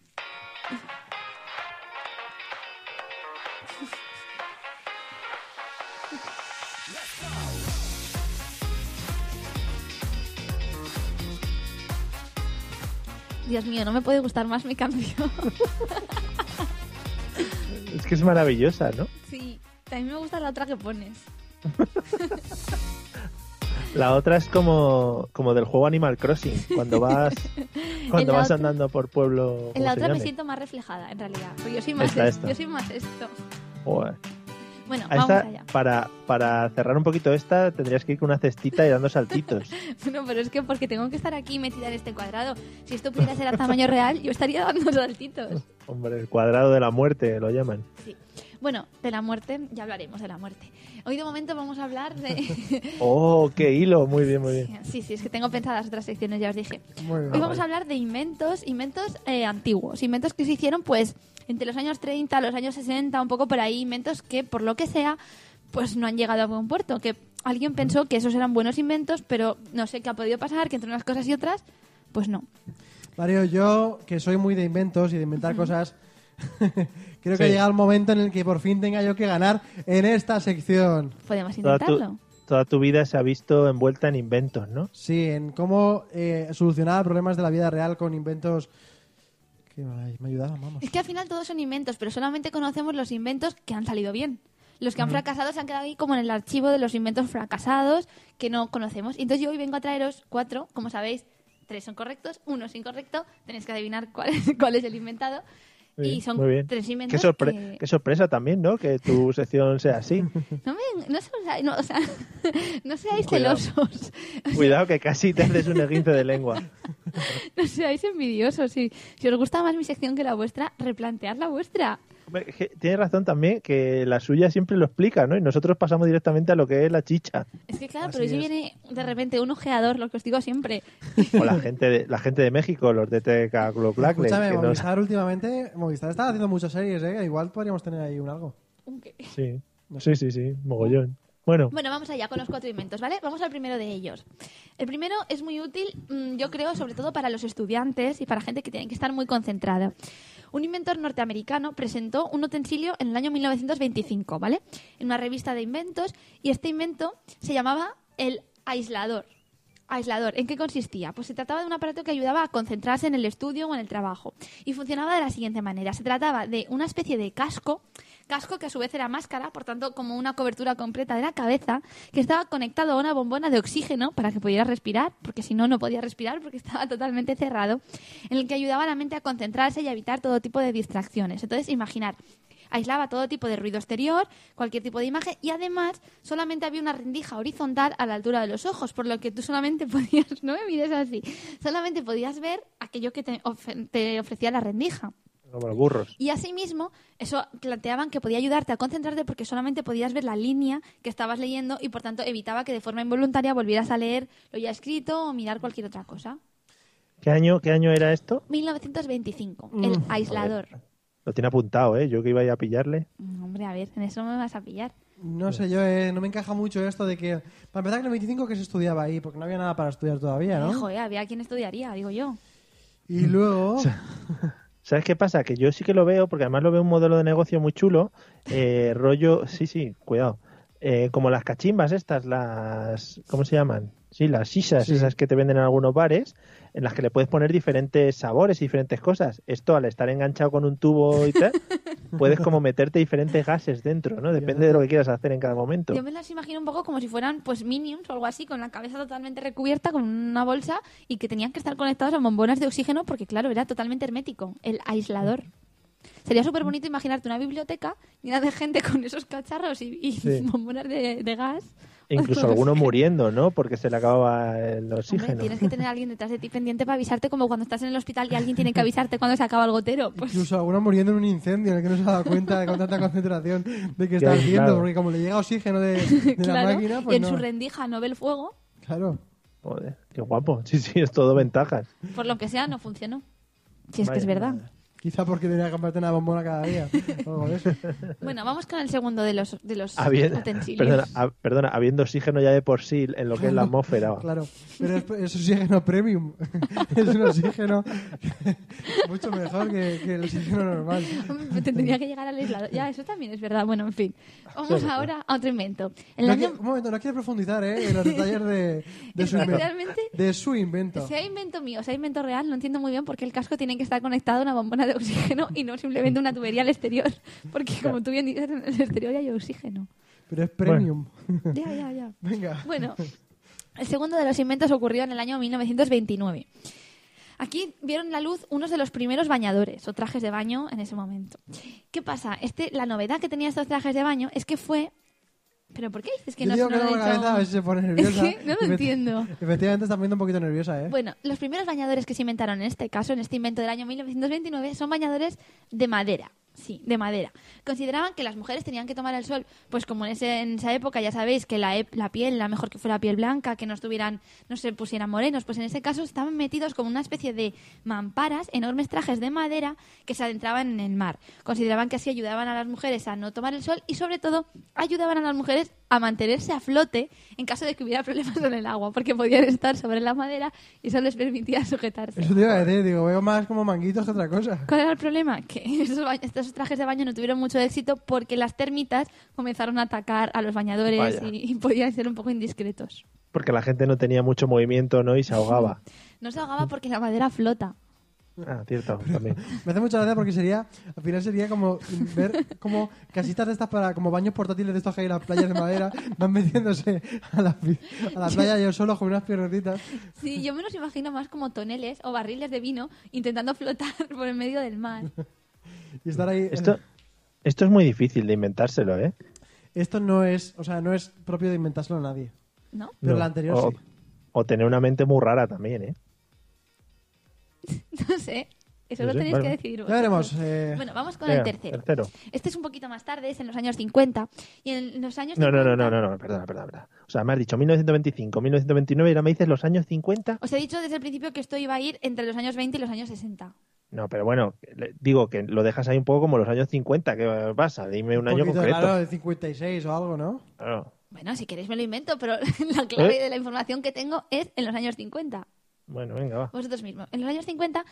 Dios mío, no me puede gustar más mi canción. Es que es maravillosa, ¿no? sí, también me gusta la otra que pones. La otra es como, como del juego Animal Crossing, cuando vas cuando la vas otra- andando por pueblo. En ¿cómo la se otra me llame? siento más reflejada, en realidad. Porque yo soy más, Esta, es- esta. Yo soy más esto. Joder. Bueno, A vamos esta, allá. para, para cerrar un poquito esta, tendrías que ir con una cestita y dando saltitos. Bueno, pero es que porque tengo que estar aquí metida en este cuadrado. Si esto pudiera ser a tamaño real, yo estaría dando saltitos. Hombre, el cuadrado de la muerte lo llaman. Bueno, de la muerte, ya hablaremos de la muerte. Hoy de momento vamos a hablar de... ¡Oh, qué hilo! Muy bien, muy bien. sí, sí, es que tengo pensadas otras secciones, ya os dije. Muy bien. Hoy vamos a hablar de inventos, inventos eh, antiguos, inventos que se hicieron pues entre los años 30, los años 60, un poco por ahí, inventos que por lo que sea pues no han llegado a buen puerto, que alguien pensó que esos eran buenos inventos, pero no sé qué ha podido pasar, que entre unas cosas y otras, pues no. Mario, yo que soy muy de inventos y de inventar cosas, creo que Sí. ha llegado el momento en el que por fin tenga yo que ganar en esta sección. Podemos Toda tu, intentarlo. toda tu vida se ha visto envuelta en inventos, ¿no? Sí, en cómo eh, solucionar problemas de la vida real con inventos que ay, me ayudaban, vamos. Es que al final todos son inventos, pero solamente conocemos los inventos que han salido bien. Los que han fracasado se han quedado ahí como en el archivo de los inventos fracasados que no conocemos. Y Entonces yo hoy vengo a traeros cuatro, como sabéis, tres son correctos, uno es incorrecto, tenéis que adivinar cuál es, cuál es el inventado. Muy y bien, son muy bien. tres inventos Qué, sorpre- que- qué sorpresa también, ¿no? Que tu sección sea así. No, me- no, se- no, o sea, no seáis Cuidado. celosos, Cuidado que casi te haces un esguince de lengua. no seáis envidiosos. Si, si os gusta más mi sección que la vuestra, replantead la vuestra. Hombre, es que Tienes razón también que la suya siempre lo explica, ¿no? Y nosotros pasamos directamente a lo que es la chicha. Es que claro, Así pero si es. viene de repente un ojeador, lo que os digo siempre, O la gente de, la gente de México, los de TK Glow Blackness, Escúchame, que no- Movistar últimamente, Movistar está haciendo muchas series, ¿eh? Igual podríamos tener ahí un algo. un que- Sí, sí, sí, sí, mogollón. Bueno, Bueno, vamos allá con los cuatro inventos, ¿vale? Vamos al primero de ellos. El primero es muy útil, mm, yo creo, sobre todo para los estudiantes y para gente que tiene que estar muy concentrada. Un inventor norteamericano presentó un utensilio en el año 1925, ¿vale? En una revista de inventos y este invento se llamaba el aislador. Aislador, ¿en qué consistía? Pues se trataba de un aparato que ayudaba a concentrarse en el estudio o en el trabajo. Y funcionaba de la siguiente manera. Se trataba de una especie de casco, casco que a su vez era máscara, por tanto como una cobertura completa de la cabeza, que estaba conectado a una bombona de oxígeno para que pudiera respirar, porque si no, no podía respirar porque estaba totalmente cerrado, en el que ayudaba a la mente a concentrarse y a evitar todo tipo de distracciones. Entonces, imaginar, aislaba todo tipo de ruido exterior, cualquier tipo de imagen y además solamente había una rendija horizontal a la altura de los ojos, por lo que tú solamente podías, no me mires así, solamente podías ver aquello que te, ofe- te ofrecía la rendija. como los burros. Y asimismo, eso planteaban que podía ayudarte a concentrarte porque solamente podías ver la línea que estabas leyendo y por tanto evitaba que de forma involuntaria volvieras a leer lo ya escrito o mirar cualquier otra cosa. ¿Qué año, qué año era esto? 1925, el aislador. Lo tiene apuntado, ¿eh? Yo que iba a ir a pillarle. Mm, Hombre, a ver, en eso me vas a pillar. No sé yo, eh, no me encaja mucho esto de que... Para empezar, que en el 25 que se estudiaba ahí, porque no había nada para estudiar todavía, Eh, ¿no? joder, había quien estudiaría, digo yo. Y luego... ¿Sabes qué pasa? Que yo sí que lo veo, porque además lo veo un modelo de negocio muy chulo. eh, rollo, sí, sí, cuidado. Eh, como las cachimbas estas, las... ¿Cómo se llaman? Sí, las sisas, Sí. esas que te venden en algunos bares, en las que le puedes poner diferentes sabores y diferentes cosas. Esto, al estar enganchado con un tubo y tal, puedes como meterte diferentes gases dentro, ¿no? Depende de lo que quieras hacer en cada momento. Yo me las imagino un poco como si fueran pues minions o algo así, con la cabeza totalmente recubierta con una bolsa y que tenían que estar conectados a bombonas de oxígeno porque claro, era totalmente hermético, el aislador. Sería súper bonito imaginarte una biblioteca llena de gente con esos cacharros y, y Sí. bombonas de, de gas. E Pues, Incluso alguno muriendo, ¿no? Porque se le acababa el Hombre, oxígeno. tienes que tener a alguien detrás de ti pendiente para avisarte como cuando estás en el hospital y alguien tiene que avisarte cuando se acaba el gotero. Pues Incluso alguno muriendo en un incendio en el que no se ha dado cuenta de con tanta concentración de que está Claro. ardiendo, porque como le llega oxígeno de, de la claro, máquina, pues en no. su rendija no ve el fuego. Claro. Joder, qué guapo. Sí, sí, es todo ventajas. Por lo que sea, no funcionó. Si es que es Vaya. verdad. Quizá porque tenía que comprarte una bombona cada día. o algo de eso. Bueno, vamos con el segundo de los, de los Habiendo, utensilios. Ah, perdona, hab- perdona, habiendo oxígeno ya de por sí en lo que es la atmósfera. va. Claro, pero es, es oxígeno premium. es un oxígeno mucho mejor que, que el oxígeno normal. Hombre, Tendría que llegar al aislado. Ya, eso también es verdad. Bueno, en fin. Vamos ahora a otro invento. El No año- quiero- un momento, no quiero profundizar ¿eh? en los detalles de, de, Es su que invento, realmente- de su invento. Sea invento mío, sea invento real, no entiendo muy bien por qué el casco tiene que estar conectado a una bombona de oxígeno y no simplemente una tubería al exterior. Porque, como tú bien dices, en el exterior ya hay oxígeno. Pero es premium. Ya, ya, ya. Venga. Bueno, el segundo de los inventos ocurrió en el año 1929. Aquí vieron la luz unos de los primeros bañadores o trajes de baño en ese momento. ¿Qué pasa? Este, la novedad que tenía estos trajes de baño es que fue... ¿Pero por qué dices que Yo no, digo no que lo no, he la dicho? cabeza a ver si se pone nerviosa. Es que no lo Efecti- entiendo. Efectivamente está poniendo un poquito nerviosa, ¿eh? Bueno, los primeros bañadores que se inventaron en este caso, en este invento del año 1929, son bañadores de madera. Sí, de madera. Consideraban que las mujeres tenían que tomar el sol, pues como en, ese- en esa época ya sabéis que la, ep- la piel, la mejor que fuera piel blanca, que no estuvieran, no se pusieran morenos, pues en ese caso estaban metidos como una especie de mamparas, enormes trajes de madera que se adentraban en el mar. Consideraban que así ayudaban a las mujeres a no tomar el sol y sobre todo ayudaban a las mujeres a mantenerse a flote en caso de que hubiera problemas en el agua, porque podían estar sobre la madera y eso les permitía sujetarse. Eso te iba a decir, digo, veo más como manguitos que otra cosa. ¿Cuál era el problema? Que esos ba- estos trajes de baño no tuvieron mucho éxito porque las termitas comenzaron a atacar a los bañadores Vaya. y, y podían ser un poco indiscretos. Porque la gente no tenía mucho movimiento, ¿no? Y se ahogaba. No se ahogaba porque la madera flota. Ah, cierto, también. Me hace mucha gracia porque sería, al final sería como ver como casitas de estas para, como baños portátiles de estos que hay en las playas de madera, van metiéndose a la, pi- a la playa yo solo con unas piernitas. Sí, yo me los imagino más como toneles o barriles de vino intentando flotar por el medio del mar. y estar ahí. Esto, esto es muy difícil de inventárselo, ¿eh? Esto no es, o sea, no es propio de inventárselo a nadie. ¿No? Pero No, Oh. la anterior o, sí. o tener una mente muy rara también, ¿eh? No sé. Eso No lo sé, tenéis vale. que decidir. Ya veremos. vosotros. eh, Bueno, vamos con Venga, el tercero. Este es un poquito más tarde, es en los años 50. Y en los años No, no, no, no, 50 no, no, perdona, perdona, perdona. O sea, me has dicho 1925, 1929 y ahora me dices los años 50. Os he dicho desde el principio que esto iba a ir entre los años 20 y los años 60. No, pero bueno, le- digo que lo dejas ahí un poco como los años 50. ¿Qué pasa? Dime un año poquito, concreto. Claro, de 56 o algo, ¿no? Claro. Bueno, si queréis me lo invento, pero la clave ¿Eh? de la información que tengo es en los años 50. Bueno, venga, va. Vosotros mismos. En los años 50,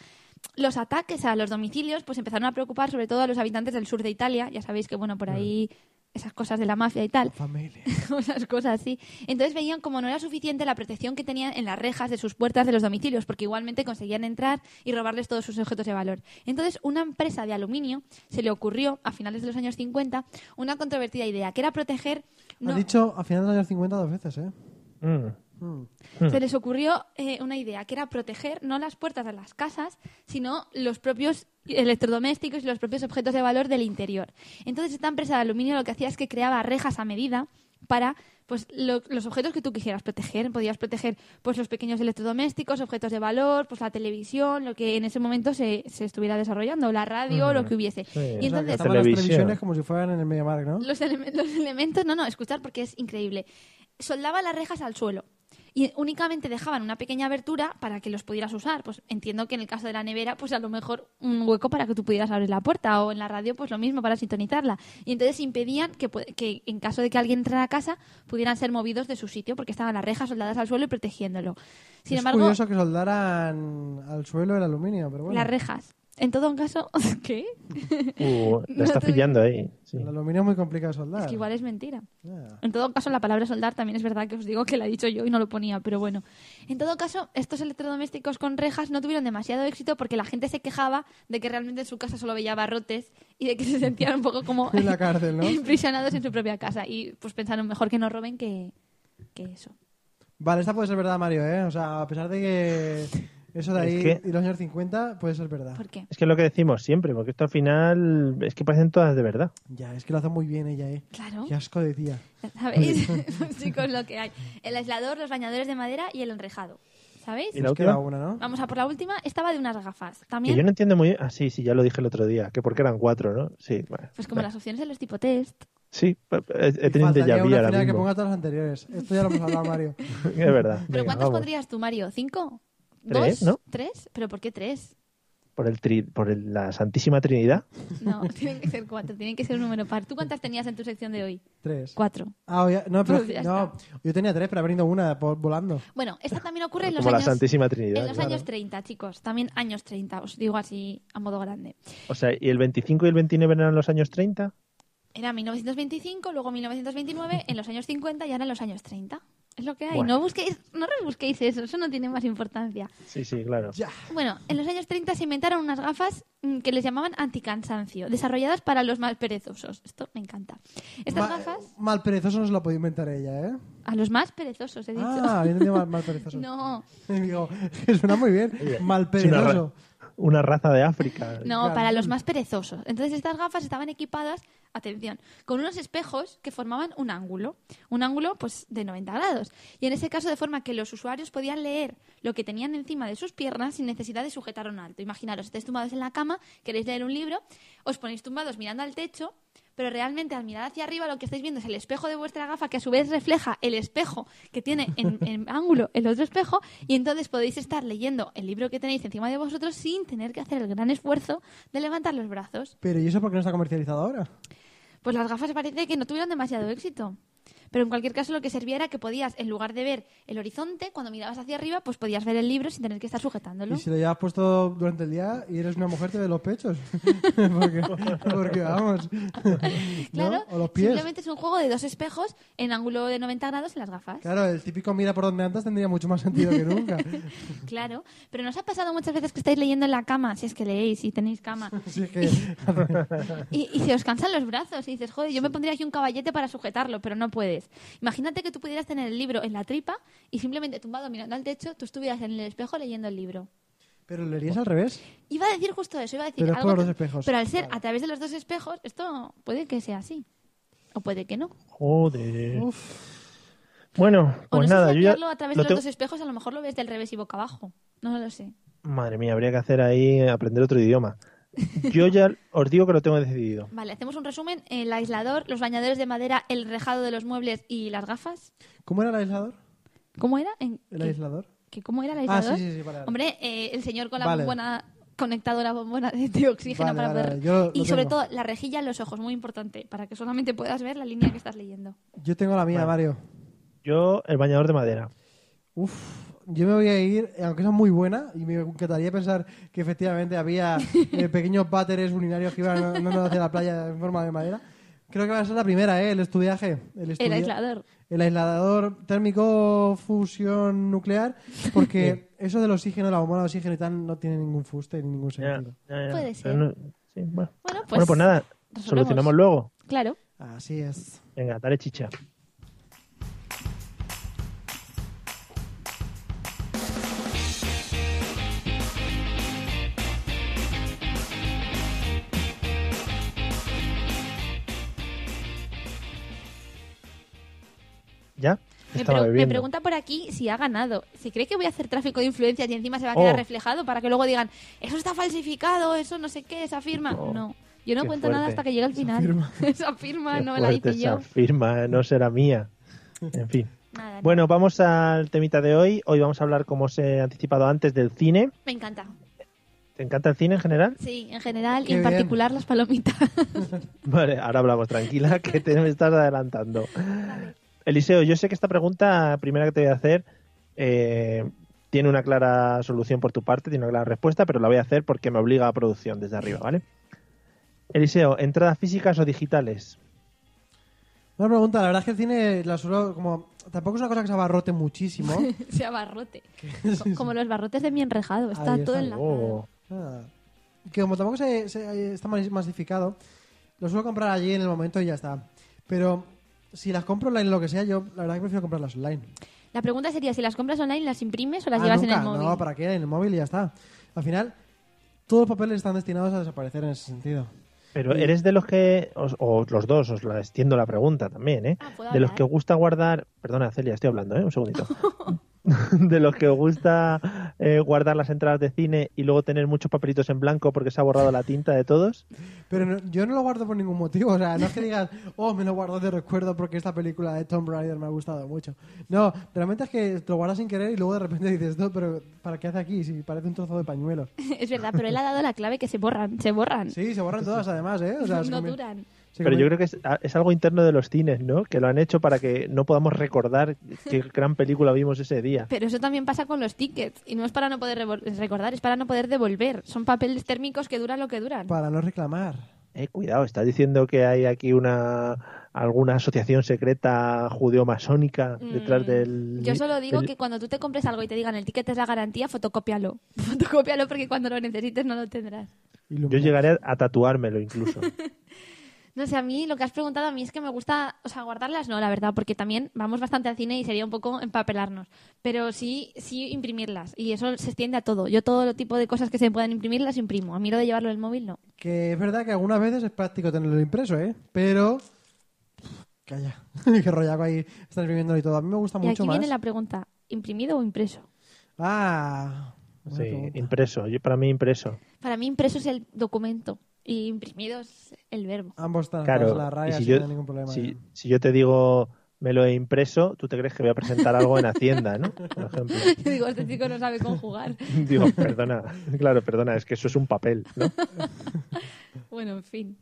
los ataques a los domicilios pues empezaron a preocupar sobre todo a los habitantes del sur de Italia. Ya sabéis que, bueno, por ahí esas cosas de la mafia y tal. Familia. esas cosas así. Entonces veían como no era suficiente la protección que tenían en las rejas de sus puertas de los domicilios, porque igualmente conseguían entrar y robarles todos sus objetos de valor. Entonces, una empresa de aluminio se le ocurrió, a finales de los años 50, una controvertida idea, que era proteger... Ha no- dicho a finales de los años 50 dos veces, ¿eh? Mm. Mm. se les ocurrió eh, una idea, que era proteger no las puertas de las casas, sino los propios electrodomésticos y los propios objetos de valor del interior. Entonces, esta empresa de aluminio lo que hacía es que creaba rejas a medida para pues lo- los objetos que tú quisieras proteger. Podías proteger pues los pequeños electrodomésticos, objetos de valor, pues la televisión, lo que en ese momento se, se estuviera desarrollando, la radio, lo que hubiese. y O sea, que entonces, estaban las Televisión. televisiones como si fueran en el MediaMarkt, ¿no? los, elemen- los elementos, no, no, escuchar porque es increíble. Soldaba las rejas al suelo y únicamente dejaban una pequeña abertura para que los pudieras usar. Pues entiendo que en el caso de la nevera, pues a lo mejor un hueco para que tú pudieras abrir la puerta o en la radio, pues lo mismo para sintonizarla. Y entonces impedían que, pu- que en caso de que alguien entrara a casa pudieran ser movidos de su sitio porque estaban las rejas soldadas al suelo y protegiéndolo. Sin es embargo, curioso que soldaran al suelo el aluminio, pero bueno. las rejas. En todo caso, ¿qué? Uh, la No estás te- pillando ahí. Sí. El aluminio es muy complicado de soldar. Es que igual es mentira. Ya. En todo caso, la palabra soldar también es verdad que os digo que la he dicho yo y no lo ponía, pero bueno. En todo caso, estos electrodomésticos con rejas no tuvieron demasiado éxito porque la gente se quejaba de que realmente en su casa solo veía barrotes y de que se sentían un poco como En la cárcel, ¿no? imprisionados en su propia casa. Y pues pensaron mejor que no roben que, que eso. Vale, esta puede ser verdad, Mario, ¿eh? O sea, a pesar de que eso de ahí Es que- y los años 50 puede ser verdad. ¿Por qué? Es que es lo que decimos siempre, porque esto al final es que parecen todas de verdad. Ya, es que lo hace muy bien ella, ¿eh? Claro. Qué asco de tía. Ya ¿Sabéis? Pues, Chicos, lo que hay. El aislador, los bañadores de madera y el enrejado. ¿Sabéis? ¿Y la Nos queda última? una, ¿no? Vamos a por la última. Estaba de unas gafas. Que yo También, no entiendo muy bien. Ah, sí, sí, ya lo dije el otro día, que porque eran cuatro, ¿no? Sí, bueno. pues como las opciones de los tipo test. Sí, pe- pe- he, he Y tenido un déjà faltaría vu una ahora final que mismo. ponga todas las anteriores. Esto ya lo hemos hablado, Mario. Es verdad. ¿Pero Venga, cuántas vamos. pondrías tú, Mario? ¿Cinco? Tres, ¿Dos? ¿no? ¿Tres? ¿Pero por qué tres? Por, el tri- por el- la Santísima Trinidad. No, tienen que ser cuatro, tienen que ser un número par. ¿Tú cuántas tenías en tu sección de hoy? Tres. Cuatro. Ah, oye, no, pero- Pues ya no, yo tenía tres, pero ha venido una por- volando. Bueno, esta también ocurre en los Como la años... Santísima En Trinidad. los claro. años 30, chicos, también años 30, os digo así a modo grande. O sea, ¿y el 25 y el 29 eran los años 30? Era 1925, luego 1929, en los años 50 y ahora en los años 30. Es lo que hay. Bueno. No busquéis, no rebusquéis eso, eso no tiene más importancia. Sí, sí, claro. Ya. Bueno, en los años 30 se inventaron unas gafas mm, que les llamaban anticansancio, desarrolladas para los más perezosos. Esto me encanta. Estas Ma- eh, gafas, Mal perezoso no se lo puede inventar ella, ¿eh? a los más perezosos, he dicho. Ah, había entendido mal, mal perezoso. no, Digo, que suena muy bien. Mal Es una ra- perezoso. Una raza de África. No, Claro. para los más perezosos. Entonces estas gafas estaban equipadas, atención, con unos espejos que formaban un ángulo, un ángulo pues de 90 grados. Y en ese caso de forma que los usuarios podían leer lo que tenían encima de sus piernas sin necesidad de sujetar un alto. Imaginaros, estáis tumbados en la cama, queréis leer un libro, os ponéis tumbados mirando al techo, pero realmente al mirar hacia arriba lo que estáis viendo es el espejo de vuestra gafa que a su vez refleja el espejo que tiene en, en ángulo el otro espejo y entonces podéis estar leyendo el libro que tenéis encima de vosotros sin tener que hacer el gran esfuerzo de levantar los brazos. Pero ¿y eso por qué no está comercializado ahora? Pues las gafas parece que no tuvieron demasiado éxito. Pero en cualquier caso lo que servía era que podías, en lugar de ver el horizonte, cuando mirabas hacia arriba, pues podías ver el libro sin tener que estar sujetándolo. Y si lo llevas puesto durante el día y eres una mujer, te ve los pechos. porque, porque, vamos. Claro, ¿no? O los pies. simplemente es un juego de dos espejos en ángulo de 90 grados en las gafas. Claro, el típico mira por donde andas tendría mucho más sentido que nunca. Claro, pero nos ha pasado muchas veces que estáis leyendo en la cama, si es que leéis y tenéis cama, Así es que, y, y se os cansan los brazos y dices, joder, yo me pondría aquí un caballete para sujetarlo, pero no puedes. Imagínate que tú pudieras tener el libro en la tripa y simplemente tumbado mirando al techo, tú estuvieras en el espejo leyendo el libro. pero lo leerías al revés. Iba a decir justo eso, iba a decir Pero es algo por los que- espejos. Pero al ser Vale. a través de los dos espejos, esto puede que sea así. O puede que no. Joder. Uf. Bueno, O pues no nada, sé si yo ya. hacerlo a través lo de los tengo- dos espejos, a lo mejor lo ves del revés y boca abajo. No lo sé. Madre mía, habría que hacer ahí eh, aprender otro idioma. Yo ya os digo que lo tengo decidido. Vale, hacemos un resumen. El aislador, los bañadores de madera, el rejado de los muebles y las gafas. ¿Cómo era el aislador? ¿Cómo era? ¿En ¿El qué- aislador? qué- ¿Cómo era el Ah, aislador? sí, sí, sí, vale, vale. Hombre, eh, el señor con la Vale. bombona conectado a la bombona de, de oxígeno Vale, para vale, poder... vale, yo lo y sobre tengo. todo la rejilla en los ojos, muy importante, para que solamente puedas ver la línea que estás leyendo. Yo tengo la mía, Mario. Yo, el bañador de madera. Uf, yo me voy a ir, aunque sea muy buena, y me encantaría pensar que efectivamente había eh, pequeños váteres urinarios que iban andando hacia la playa en forma de madera. Creo que va a ser la primera, ¿eh? El estudiaje. El, El estudia- aislador. El aislador térmico fusión nuclear, porque eso del oxígeno, la bombona de oxígeno y tal, no tiene ningún fuste ni ningún Ya, sentido. ya, ya. Puede Pero ser. no- sí, bueno. Bueno, pues, Bueno, pues nada, resolvemos. solucionamos luego. Claro. Así es. Venga, dale chicha. ¿Ya? Me, Estaba pre- me bebiendo. pregunta por aquí si ha ganado. Si cree que voy a hacer tráfico de influencias y encima se va a Oh. quedar reflejado para que luego digan, eso está falsificado, eso no sé qué, esa firma. Oh, No, yo no qué cuento nada fuerte. hasta que llegue al final. firma. Esa firma Qué no la fuerte hice yo. esa firma, eh, no será mía. En fin. Nada, nada. Bueno, vamos al temita de hoy. Hoy vamos a hablar, como os he anticipado antes, del cine. Me encanta. ¿Te encanta el cine en general? Sí, en general y Qué en bien. particular las palomitas. Vale, ahora hablamos, tranquila, que te me estás adelantando. Eliseo, yo sé que esta pregunta primera que te voy a hacer eh, tiene una clara solución por tu parte, tiene una clara respuesta, pero la voy a hacer porque me obliga a producción desde arriba, ¿vale? Eliseo, ¿entradas físicas o digitales? Una pregunta, la verdad es que el cine la suelo, como, tampoco es una cosa que se abarrote muchísimo. sea barrote. Co- Como los barrotes de mi enrejado. Está Ahí todo está. en la. Oh, Ah. Que como tampoco se, se- está mas- masificado, lo suelo comprar allí en el momento y ya está. Pero si las compro online o lo que sea, yo la verdad que prefiero comprarlas online. La pregunta sería si las compras online, las imprimes o las Ah, llevas nunca, en el móvil. No, ¿para qué? En el móvil y ya está. Al final, todos los papeles están destinados a desaparecer en ese sentido. pero eres de los que, os- o los dos, os la extiendo la pregunta también, ¿eh? Ah, ¿puedo de los hablar? que os gusta guardar, perdona Celia, estoy hablando, ¿eh? Un segundito. de los que os gusta eh, guardar las entradas de cine y luego tener muchos papelitos en blanco porque se ha borrado la tinta de todos. Pero no- yo no lo guardo por ningún motivo. O sea, no es que digas, oh, me lo guardo de recuerdo porque esta película de Tomb Raider me ha gustado mucho. No, realmente es que te lo guardas sin querer y luego de repente dices, no, pero ¿para qué hace aquí? Si parece un trozo de pañuelo. es verdad, pero él ha dado la clave que se borran, se borran. Sí, se borran todas además, ¿eh? O sea, se no convier- duran. se Pero yo convier- creo que es, a- es algo interno de los cines, ¿no? Que lo han hecho para que no podamos recordar qué gran película vimos ese día. Pero eso también pasa con los tickets. Y no es para no poder revol- recordar, es para no poder devolver. Son papeles térmicos que duran lo que duran. Para no reclamar. Eh, cuidado, está diciendo que hay aquí una alguna asociación secreta judeo-masónica detrás Mm, del... Yo solo digo del- que cuando tú te compres algo y te digan el ticket es la garantía, fotocópialo. Fotocópialo porque cuando lo necesites no lo tendrás. Yo llegaré a- a tatuármelo incluso. No sé, a mí lo que has preguntado a mí es que me gusta, o sea, guardarlas no, la verdad, porque también vamos bastante al cine y sería un poco empapelarnos, pero sí, sí imprimirlas y eso se extiende a todo. Yo todo lo tipo de cosas que se puedan imprimir las imprimo. A mí lo de llevarlo en el móvil no. Que es verdad que algunas veces es práctico tenerlo impreso, ¿eh? Pero... Calla. Qué rollaco ahí estar imprimiéndolo y todo. A mí me gusta Y mucho aquí más... viene la pregunta, ¿imprimido o impreso? Ah... buena Sí, pregunta. impreso. Yo, para mí impreso. Para mí impreso es el documento y imprimido es el verbo. Ambos están Claro. atados a la y raya si, sin yo, ningún problema. ¿eh? si, si yo te digo me lo he impreso, tú te crees que voy a presentar algo en Hacienda, ¿no? Por ejemplo. Yo digo, este chico no sabe conjugar. Digo, perdona, claro, perdona, es que eso es un papel, ¿no? Bueno, en fin.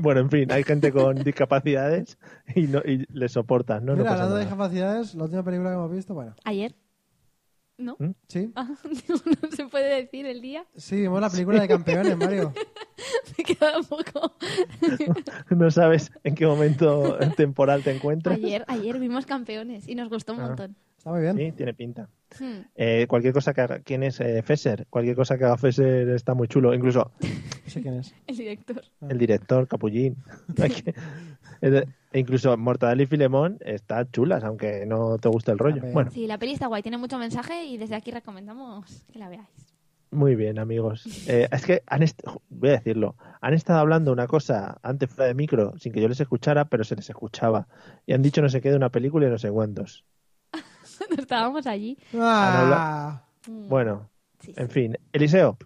Bueno, en fin, hay gente con discapacidades y, no, y le soportas, ¿no? No Mira, pasa hablando de nada. capacidades, la última película que hemos visto, bueno, Ayer. ¿No? sí. Ah, no se puede decir el día. Sí, vimos la película de campeones, Mario. Me queda un poco. No sabes en qué momento temporal te encuentras. Ayer, ayer vimos campeones y nos gustó un montón. Está muy bien. Sí, tiene pinta. Hmm. Eh, cualquier cosa que haga, ¿quién es eh, Fesser? Cualquier cosa que haga Fesser está muy chulo. Incluso No sé quién es. El director. el director, Capullín. Hay que- es de- e incluso Mortadelo y Filemón están chulas, aunque no te guste el rollo. También. Bueno, Sí, la peli está guay, tiene mucho mensaje y desde aquí recomendamos que la veáis. muy bien, amigos. Eh, es que han est- voy a decirlo, han estado hablando una cosa antes fuera de micro, sin que yo les escuchara, pero se les escuchaba. Y han dicho no sé qué de una película y no sé cuántos. Cuando estábamos allí. Hmm, Ah, Bueno, Mm. eh, Sí, sí. en fin. Eliseo,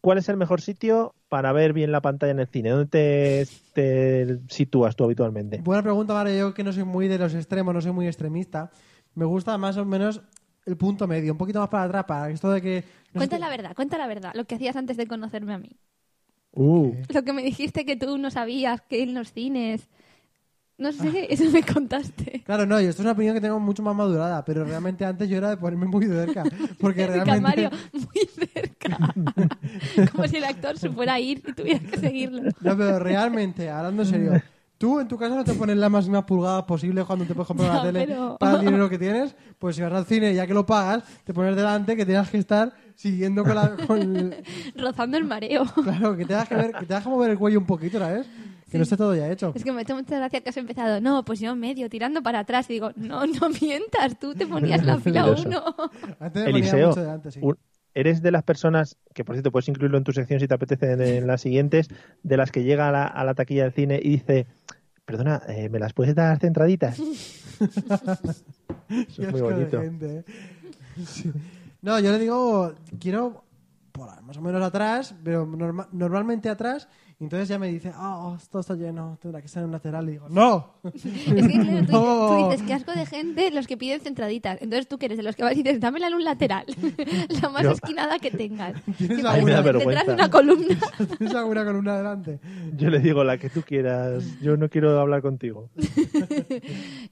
¿cuál es el mejor sitio para ver bien la pantalla en el cine? ¿Dónde te, te sitúas tú habitualmente? buena pregunta, Mario. Yo que no soy muy de los extremos, no soy muy extremista. Me gusta más o menos el punto medio, un poquito más para atrás, para esto de que... no sé Cuenta qué- la verdad, cuenta la verdad, lo que hacías antes de conocerme a mí. Uh, Lo que me dijiste que tú no sabías, que en los cines. No sé, eso me contaste. Claro, no, y esto es una opinión que tengo mucho más madurada, pero realmente antes yo era de ponerme muy cerca, porque Cerca, realmente... Mario, muy cerca. Como si el actor se fuera a ir y tuviera que seguirlo. No, pero realmente, hablando en serio, tú en tu casa no te pones las máximas pulgadas posibles cuando te puedes comprar Ya, una tele pero- para el dinero que tienes. Pues si vas al cine, ya que lo pagas, te pones delante que tengas que estar siguiendo con la. con el- Rozando el mareo. claro, que tengas que, ver, que tengas que mover el cuello un poquito, ¿sabes? Que no esté todo ya hecho. Es que me ha hecho mucha gracia que has empezado, no, pues yo medio, tirando para atrás. Y digo, no, no mientas, tú te ponías la fila Eso. uno. Antes me ponía Eliseo, mucho delante, sí. un- eres de las personas, que por cierto puedes incluirlo en tu sección si te apetece en, en las siguientes, de las que llega a la, a la taquilla del cine y dice, perdona, eh, ¿me las puedes dar centraditas? Eso Qué es muy asco de bonito. gente, ¿eh? Sí. No, yo le digo, quiero por- más o menos atrás, pero norma- normalmente atrás. Y entonces ya me dice, ah, oh, esto está lleno, tendrá que ser un lateral. Y digo, ¡no! Es que claro, tú, No. tú dices, qué asco de gente los que piden centraditas. Entonces tú que eres de los que vas y dices, dámela en un lateral, la más Yo- esquinada que tengas. Tienes Que la- Ahí me da parece vergüenza. Detrás de una columna. Tienes alguna columna adelante. Yo le digo la que tú quieras, yo no quiero hablar contigo.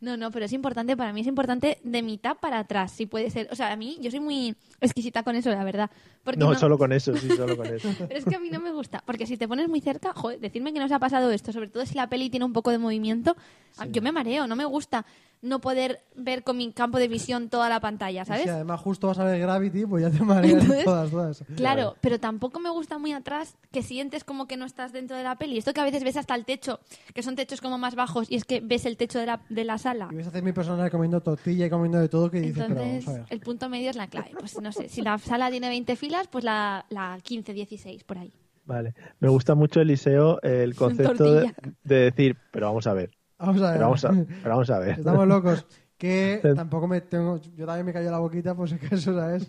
No, no, pero es importante, para mí es importante de mitad para atrás, si puede ser. O sea, a mí, yo soy muy exquisita con eso, la verdad. Porque No, solo con eso, sí, solo con eso. Pero es que a mí no me gusta, porque si te pones muy cerca, joder, decirme que nos ha pasado esto, sobre todo si la peli tiene un poco de movimiento, a- yo me mareo, no me gusta no poder ver con mi campo de visión toda la pantalla, Y ¿sabes? Si además justo vas a ver Gravity, pues ya te mareas en Entonces, todas, todas. Claro, pero tampoco me gusta muy atrás que sientes como que no estás dentro de la peli. Esto que a veces ves hasta el techo, que son techos como más bajos, y es que ves el techo de la, de la sala. Y ves a hacer mi personal comiendo tortilla y comiendo de todo que dices, Entonces, pero vamos a ver. el punto medio es la clave. Pues no sé, si la sala tiene 20 filas, pues la, la 15, 16, por ahí. Vale, me gusta mucho Eliseo el concepto de, Tortilla. de decir, pero vamos a ver, Vamos a ver. pero vamos a, pero vamos a ver. Estamos locos. que Sí. tampoco me tengo... Yo también me cayó la boquita por si acaso, ¿sabes?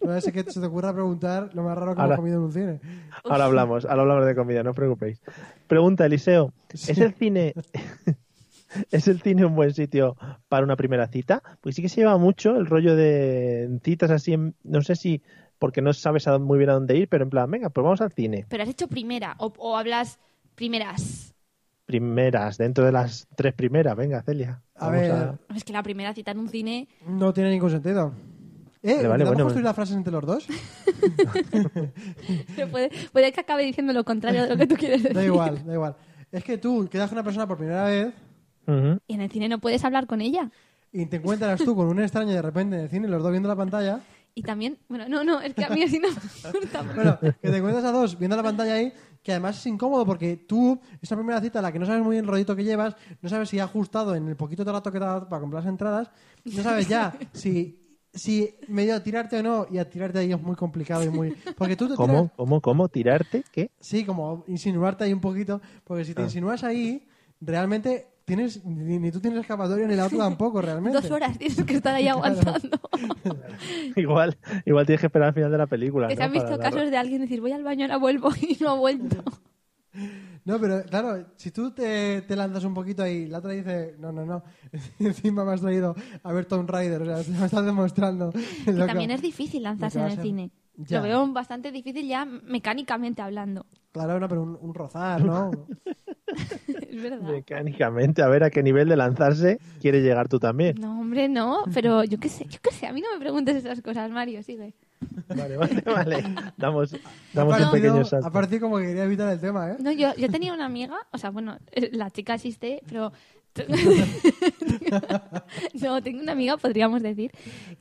No sé que se te ocurra preguntar lo más raro que Ahora- hemos comido en un cine. Ahora hablamos, ahora hablamos de comida, no os preocupéis. Pregunta, Eliseo, ¿es el cine ¿Es el cine un buen sitio para una primera cita? Pues sí que se lleva mucho el rollo de citas así, en- no sé si porque no sabes a dónde- muy bien a dónde ir, pero en plan, venga, pues vamos al cine. Pero has hecho primera o, o hablas primeras. Primeras, dentro de las tres primeras, venga, Celia. A vamos ver, Es que la primera cita en un cine No tiene ningún sentido. ¿Eh? Vale, vale, ¿Intentamos bueno, construir bueno. las frases entre los dos? pero puede, puede que acabe diciendo lo contrario de lo que tú quieres decir. Da igual, da igual. Es que tú quedas con una persona por primera vez Ujú. Y en el cine no puedes hablar con ella. y te encuentras tú con un extraño de repente en el cine, los dos viendo la pantalla. Y también, bueno, no, no, es que a mí así no me gusta. Bueno, que te encuentras a dos viendo la pantalla ahí, que además es incómodo porque tú, esa primera cita en la que no sabes muy bien el rollito que llevas, no sabes si ha ajustado en el poquito de rato que te ha dado para comprar las entradas, no sabes ya si, si medio a tirarte o no, y a tirarte ahí es muy complicado y muy... Porque tú te ¿Cómo, tiras- cómo, cómo? ¿Tirarte? ¿Qué? Sí, como insinuarte ahí un poquito, porque si te insinúas ahí, realmente tienes ni, ni tú tienes escapatoria ni la otra tampoco, realmente. Dos horas tienes que estar ahí aguantando. Igual, igual tienes que esperar al final de la película. que se ¿no? han visto Para- casos de alguien decir, voy al baño, ahora vuelvo y no ha vuelto. No, pero claro, si tú te, te lanzas un poquito ahí, la otra dice, no, no, no, encima me has traído a ver Tomb Raider, o sea, se me estás demostrando. Que también es difícil lanzarse Lo en que va el a ser- cine. Ya. Lo veo bastante difícil ya mecánicamente hablando. Claro, no, pero un, un rozar, ¿no? Es verdad. Mecánicamente, a ver a qué nivel de lanzarse quiere llegar tú también. No, hombre, no, pero yo qué sé, yo qué sé, a mí no me preguntes esas cosas, Mario, sigue. Vale, vale, vale. Damos, Ha damos un parecido- pequeño ha salto. parecido como que quería evitar el tema, ¿eh? No, yo, yo tenía una amiga, o sea, bueno, eh, la chica existe, pero... no, tengo una amiga, podríamos decir,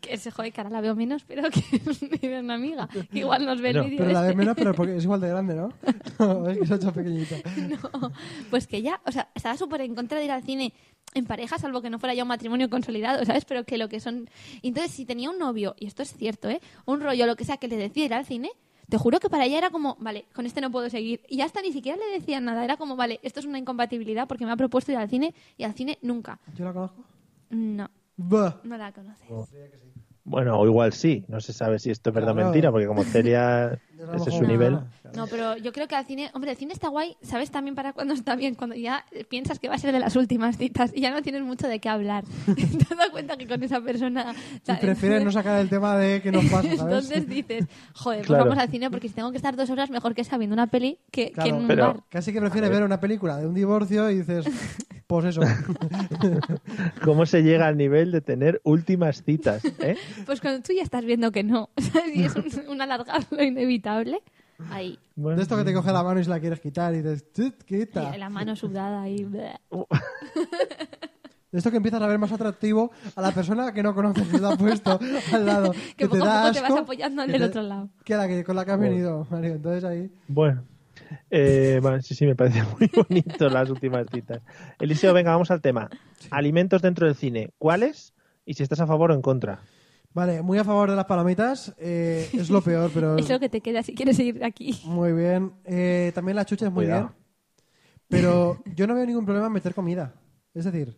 que se jode, que ahora la veo menos, pero que es una amiga, que igual nos ve el No, vídeo Pero la este. vez menos, pero porque es igual de grande, ¿no? No, es que se ha hecho pequeñita. No, pues que ya, o sea, estaba súper en contra de ir al cine en pareja, salvo que no fuera ya un matrimonio consolidado, ¿sabes? Pero que lo que son... Entonces, si tenía un novio, y esto es cierto, ¿eh? Un rollo, lo que sea, que le decía ir al cine, te juro que para ella era como, vale, con este no puedo seguir. Y hasta ni siquiera le decían nada, era como, vale, esto es una incompatibilidad porque me ha propuesto ir al cine y al cine nunca. ¿Yo la conozco? No, Buah. no la conoces. Bueno, o igual sí. No se sabe si esto es verdad o Claro. mentira, porque como Celia, Yo la ese es conozco. su nivel. No, pero yo creo que al cine, hombre, el cine está guay, ¿sabes? También para cuando está bien, cuando ya piensas que va a ser de las últimas citas y ya no tienes mucho de qué hablar. Te das cuenta que con esa persona... Y ¿sabes? prefieres no sacar el tema de que nos pasa, ¿sabes? Entonces dices, joder, pues Claro. vamos al cine porque si tengo que estar dos horas mejor que está viendo una peli que, que Claro, en un Pero- bar. Casi que prefieres ver una película de un divorcio y dices, pues eso. ¿Cómo se llega al nivel de tener últimas citas? eh? Pues cuando tú ya estás viendo que no, ¿sabes? Y es un, un alargarlo inevitable. Ahí, Bueno, De esto que te coge la mano y se la quieres quitar y dices, "Tut, quita. eh, la mano sudada y... bleh. De esto que empiezas a ver más atractivo a la persona que no conoces que te ha puesto al lado. Que Que, poco te a da poco te vas asco, apoyando en que el te- otro lado. Que la que, con la que has venido, Mario. Entonces ahí. bueno. Eh, bueno, sí, sí, me parece muy bonito las últimas citas. Eliseo, venga, vamos al tema. Alimentos dentro del cine. ¿Cuáles? Y si estás a favor o en contra. Vale, muy a favor de las palomitas. eh, es lo peor, pero. Es lo que te queda si quieres seguir aquí. Muy bien. Eh, también las chuches, muy Cuidado. bien. Pero yo no veo ningún problema en meter comida. Es decir,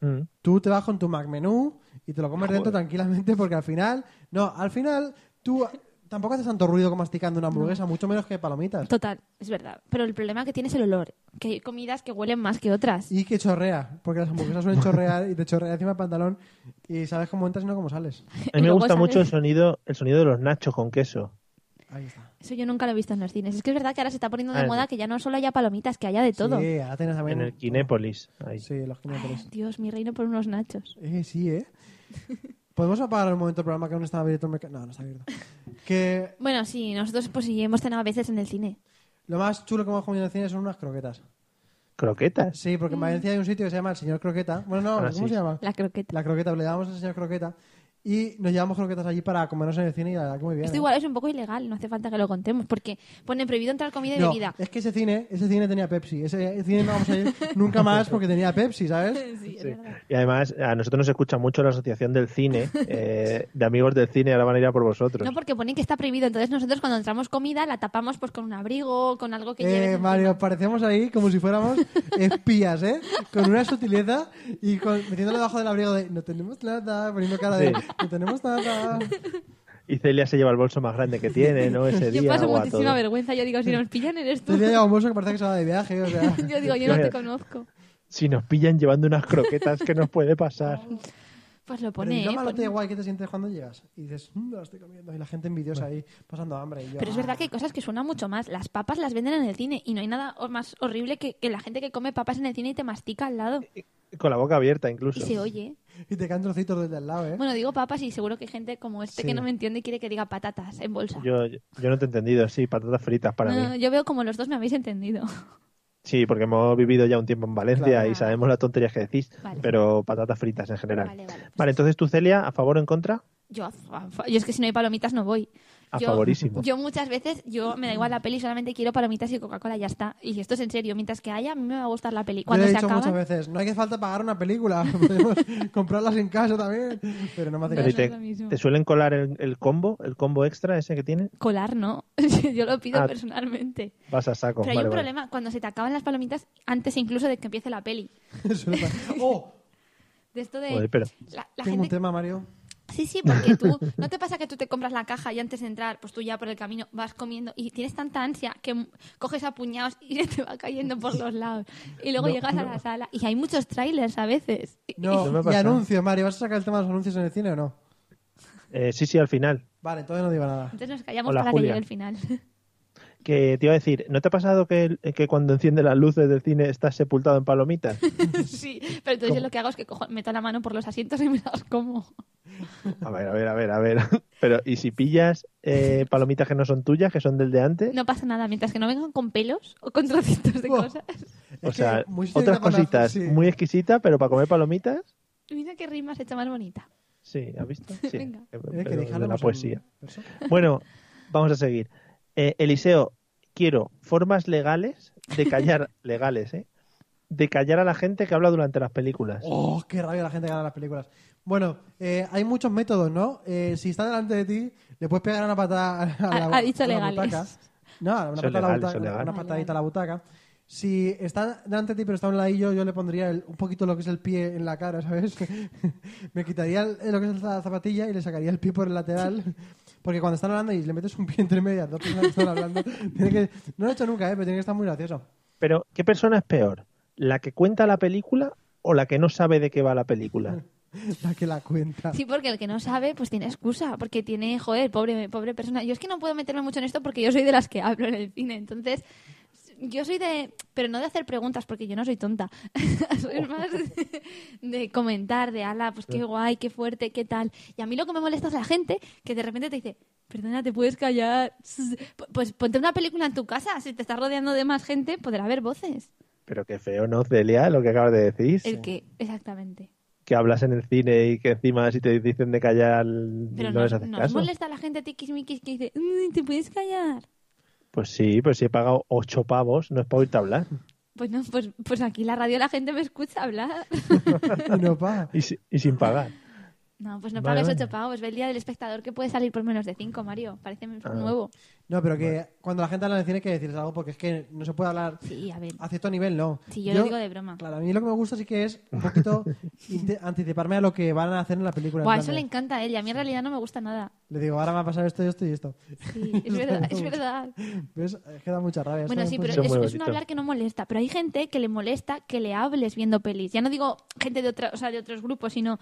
Mm. Tú te vas con tu Mac menú y te lo comes dentro tranquilamente porque al final, no, al final tú tampoco haces tanto ruido como masticando una hamburguesa, mucho menos que palomitas. Total, es verdad. Pero el problema que tiene es el olor. Que hay comidas que huelen más que otras. Y que chorrea, porque las hamburguesas suelen chorrear y te chorrea encima el pantalón y sabes cómo entras y no cómo sales. Y A mí me luego gusta sale- mucho el sonido, el sonido de los nachos con queso. Ahí está. Eso yo nunca lo he visto en los cines. Es que es verdad que ahora se está poniendo Ah, de no. moda que ya no solo haya palomitas, que haya de todo. Sí, ahora tienes también. En el Kinépolis. Ahí. Sí, los Ay, kinépolis. Dios, mi reino por unos nachos. Eh, sí, ¿eh? ¿Podemos apagar un momento el programa que aún no está abierto? el merc- No, no está abierto. Que Bueno, sí, nosotros pues sí, hemos cenado a veces en el cine. lo más chulo que hemos comido en el cine son unas croquetas. Croquetas. Sí, Mm. porque en Valencia hay un sitio que se llama el señor croqueta. Bueno, no, Ah, ¿cómo sí. se llama? La croqueta. La croqueta, le dábamos al señor croqueta y nos llevamos croquetas allí para comernos en el cine y la verdad que muy bien. Esto ¿eh? igual es un poco ilegal, no hace falta que lo contemos, porque pone prohibido entrar comida y No, bebida. eh, es que ese cine, ese cine tenía Pepsi. Ese cine no vamos a ir nunca más porque tenía Pepsi, ¿sabes? Eh, Sí, es verdad. Y además, a nosotros nos escucha mucho la Asociación del Cine, eh, de amigos del cine, ahora van a ir a por vosotros. No, porque pone que está prohibido. Entonces nosotros cuando entramos comida la tapamos pues con un abrigo, con algo que lleve. Eh, Mario, parecemos ahí como si fuéramos espías, ¿eh? Con una sutileza y con, metiéndole debajo del abrigo de no tenemos nada, poniendo cara de Sí. no tenemos nada. Y Celia se lleva el bolso más grande que tiene, ¿no? Ese Yo día. paso o a muchísima todo. vergüenza. Yo digo, si nos pillan eres tú. Te lleva un bolso que parece que se va de viaje, o sea. Yo digo, yo no te conozco. Si nos pillan llevando unas croquetas, ¿qué nos puede pasar? Pues lo Pero pone, encima ¿eh? no te da Pone- igual que te sientes cuando llegas. Y dices, "Mm, lo estoy comiendo. Y la gente envidiosa ahí, pasando hambre. y yo, Pero es "Ah". verdad que hay cosas que suenan mucho más. Las papas las venden en el cine y no hay nada o- más horrible que, que la gente que come papas en el cine y te mastica al lado. Con la boca abierta, Y incluso. se oye. Y te caen trocitos desde al lado, ¿eh? Bueno, digo papas y seguro que hay gente como este Sí. que no me entiende y quiere que diga patatas en bolsa. Yo, yo no te he entendido, sí, patatas fritas para No, mí. yo veo como los dos me habéis entendido. Sí, porque hemos vivido ya un tiempo en Valencia Claro. y sabemos las tonterías que decís, Vale. pero patatas fritas en general. Vale, vale. Vale, entonces tú, Celia, ¿a favor o en contra? Yo, a fa- fa- yo es que si no hay palomitas no voy. A yo, favorísimo. Yo muchas veces, yo me da igual la peli, solamente quiero palomitas y Coca-Cola y ya está. Y esto es en serio, mientras que haya, a mí me va a gustar la peli. Yo le Cuando he se dicho acaba, muchas veces, no hay que falta pagar una película, podemos comprarlas en casa también, pero no me hace Pero ¿y caso. no es te, lo mismo. te suelen colar el, el combo, el combo extra ese que tiene? colar no. yo lo pido Ah. personalmente. Vas a saco. Pero hay vale, un vale. problema, cuando se te acaban las palomitas, antes incluso de que empiece la peli. Suele pasar. Oh, De esto de... Joder, pero- la, la tengo un gente... tema, Mario. Sí, sí, porque tú... ¿No te pasa que tú te compras la caja y antes de entrar, pues tú ya por el camino vas comiendo y tienes tanta ansia que m- coges a puñados y se te va cayendo por los lados? Y luego llegas a la sala y hay muchos trailers a veces. No me No, y pasa. anuncios, Mario, ¿vas a sacar el tema de los anuncios en el cine o no? Eh, sí, sí, al final. Vale, entonces no digo nada. Entonces nos callamos Hola, para Julia. que llegue el final. Que te iba a decir, ¿no te ha pasado que, que cuando enciende las luces del cine estás sepultado en palomitas? sí, pero entonces yo lo que hago es que cojo, meto la mano por los asientos y me las como. A ver, a ver, a ver, a ver. Pero, ¿y si pillas eh, palomitas que no son tuyas, que son del de antes? No pasa nada, mientras que no vengan con pelos o con trocitos de Buah. cosas. o Es que sea, muy estricta otras con la- cositas sí. muy exquisitas, pero para comer palomitas, Mira qué rima se echa más bonita. sí, ¿has visto? Sí, Venga. eh, Eh, que pero de dejarlo la en- poesía. Bueno, vamos a seguir. Eh, Eliseo, quiero formas legales de callar, legales, ¿eh? De callar a la gente que habla durante las películas. Oh, qué rabia la gente que gana las películas. Bueno, eh, hay muchos métodos, ¿no? Eh, si está delante de ti, le puedes pegar una patada a la, Ah, Ha- ha dicho a la legales. butaca. No, una, Son patada a la legales, butaca, son una- legales. una patadita a la butaca. Si está delante de ti pero está a un ladillo, yo le pondría el- un poquito lo que es el pie en la cara, ¿sabes? Me quitaría el- lo que es la zapatilla y le sacaría el pie por el lateral. Porque cuando están hablando y le metes un pie entre medias, dos personas que están hablando, tiene que... No lo he hecho nunca, ¿eh? pero tiene que estar muy gracioso. Pero, ¿qué persona es peor? ¿La que cuenta la película o la que no sabe de qué va la película? La que la cuenta. Sí, porque el que no sabe, pues tiene excusa, porque tiene, joder, pobre, pobre persona. Yo es que no puedo meterme mucho en esto porque yo soy de las que hablo en el cine. Entonces, yo soy de. Pero no de hacer preguntas porque yo no soy tonta. soy más de, de comentar, de ala, pues qué guay, qué fuerte, qué tal. Y a mí lo que me molesta es la gente que de repente te dice. Perdona, te puedes callar. Pues ponte una película en tu casa. Si te estás rodeando de más gente, podrá haber voces. Pero qué feo, ¿no, Celia? Lo que acabas de decir. El que, exactamente. Que hablas en el cine y que encima si te dicen de callar Pero no nos, les haces nos caso. molesta la gente tiquismiquis que dice, "Mm, ¿te puedes callar? Pues sí, pues si he pagado ocho pavos, no es para oírte hablar. Pues no, pues, pues aquí en la radio la gente me escucha hablar. Y no paga. Y, si- y sin pagar. No, pues no Vale, pagues vale. ocho pavos. Ve el día del espectador que puede salir por menos de cinco, Mario. Parece nuevo. No, pero que cuando la gente habla de cine hay que decirles algo porque es que no se puede hablar Sí, a ver. Ah, a cierto nivel, no. Sí, yo lo digo de broma. Claro, a mí lo que me gusta sí que es un poquito inte- anticiparme a lo que van a hacer en la película. en Buah, plan eso de- le encanta a él y a mí en realidad no me gusta nada. le digo, ahora va a pasar esto y esto y esto. Sí, es verdad, es verdad. ¿Ves? Es que da mucha rabia. Bueno, Esto sí, me pero Eso pone- es es, muy es un bonito. hablar que no molesta. Pero hay gente que le molesta que le hables viendo pelis. Ya no digo gente de, otra, o sea, de otros grupos, sino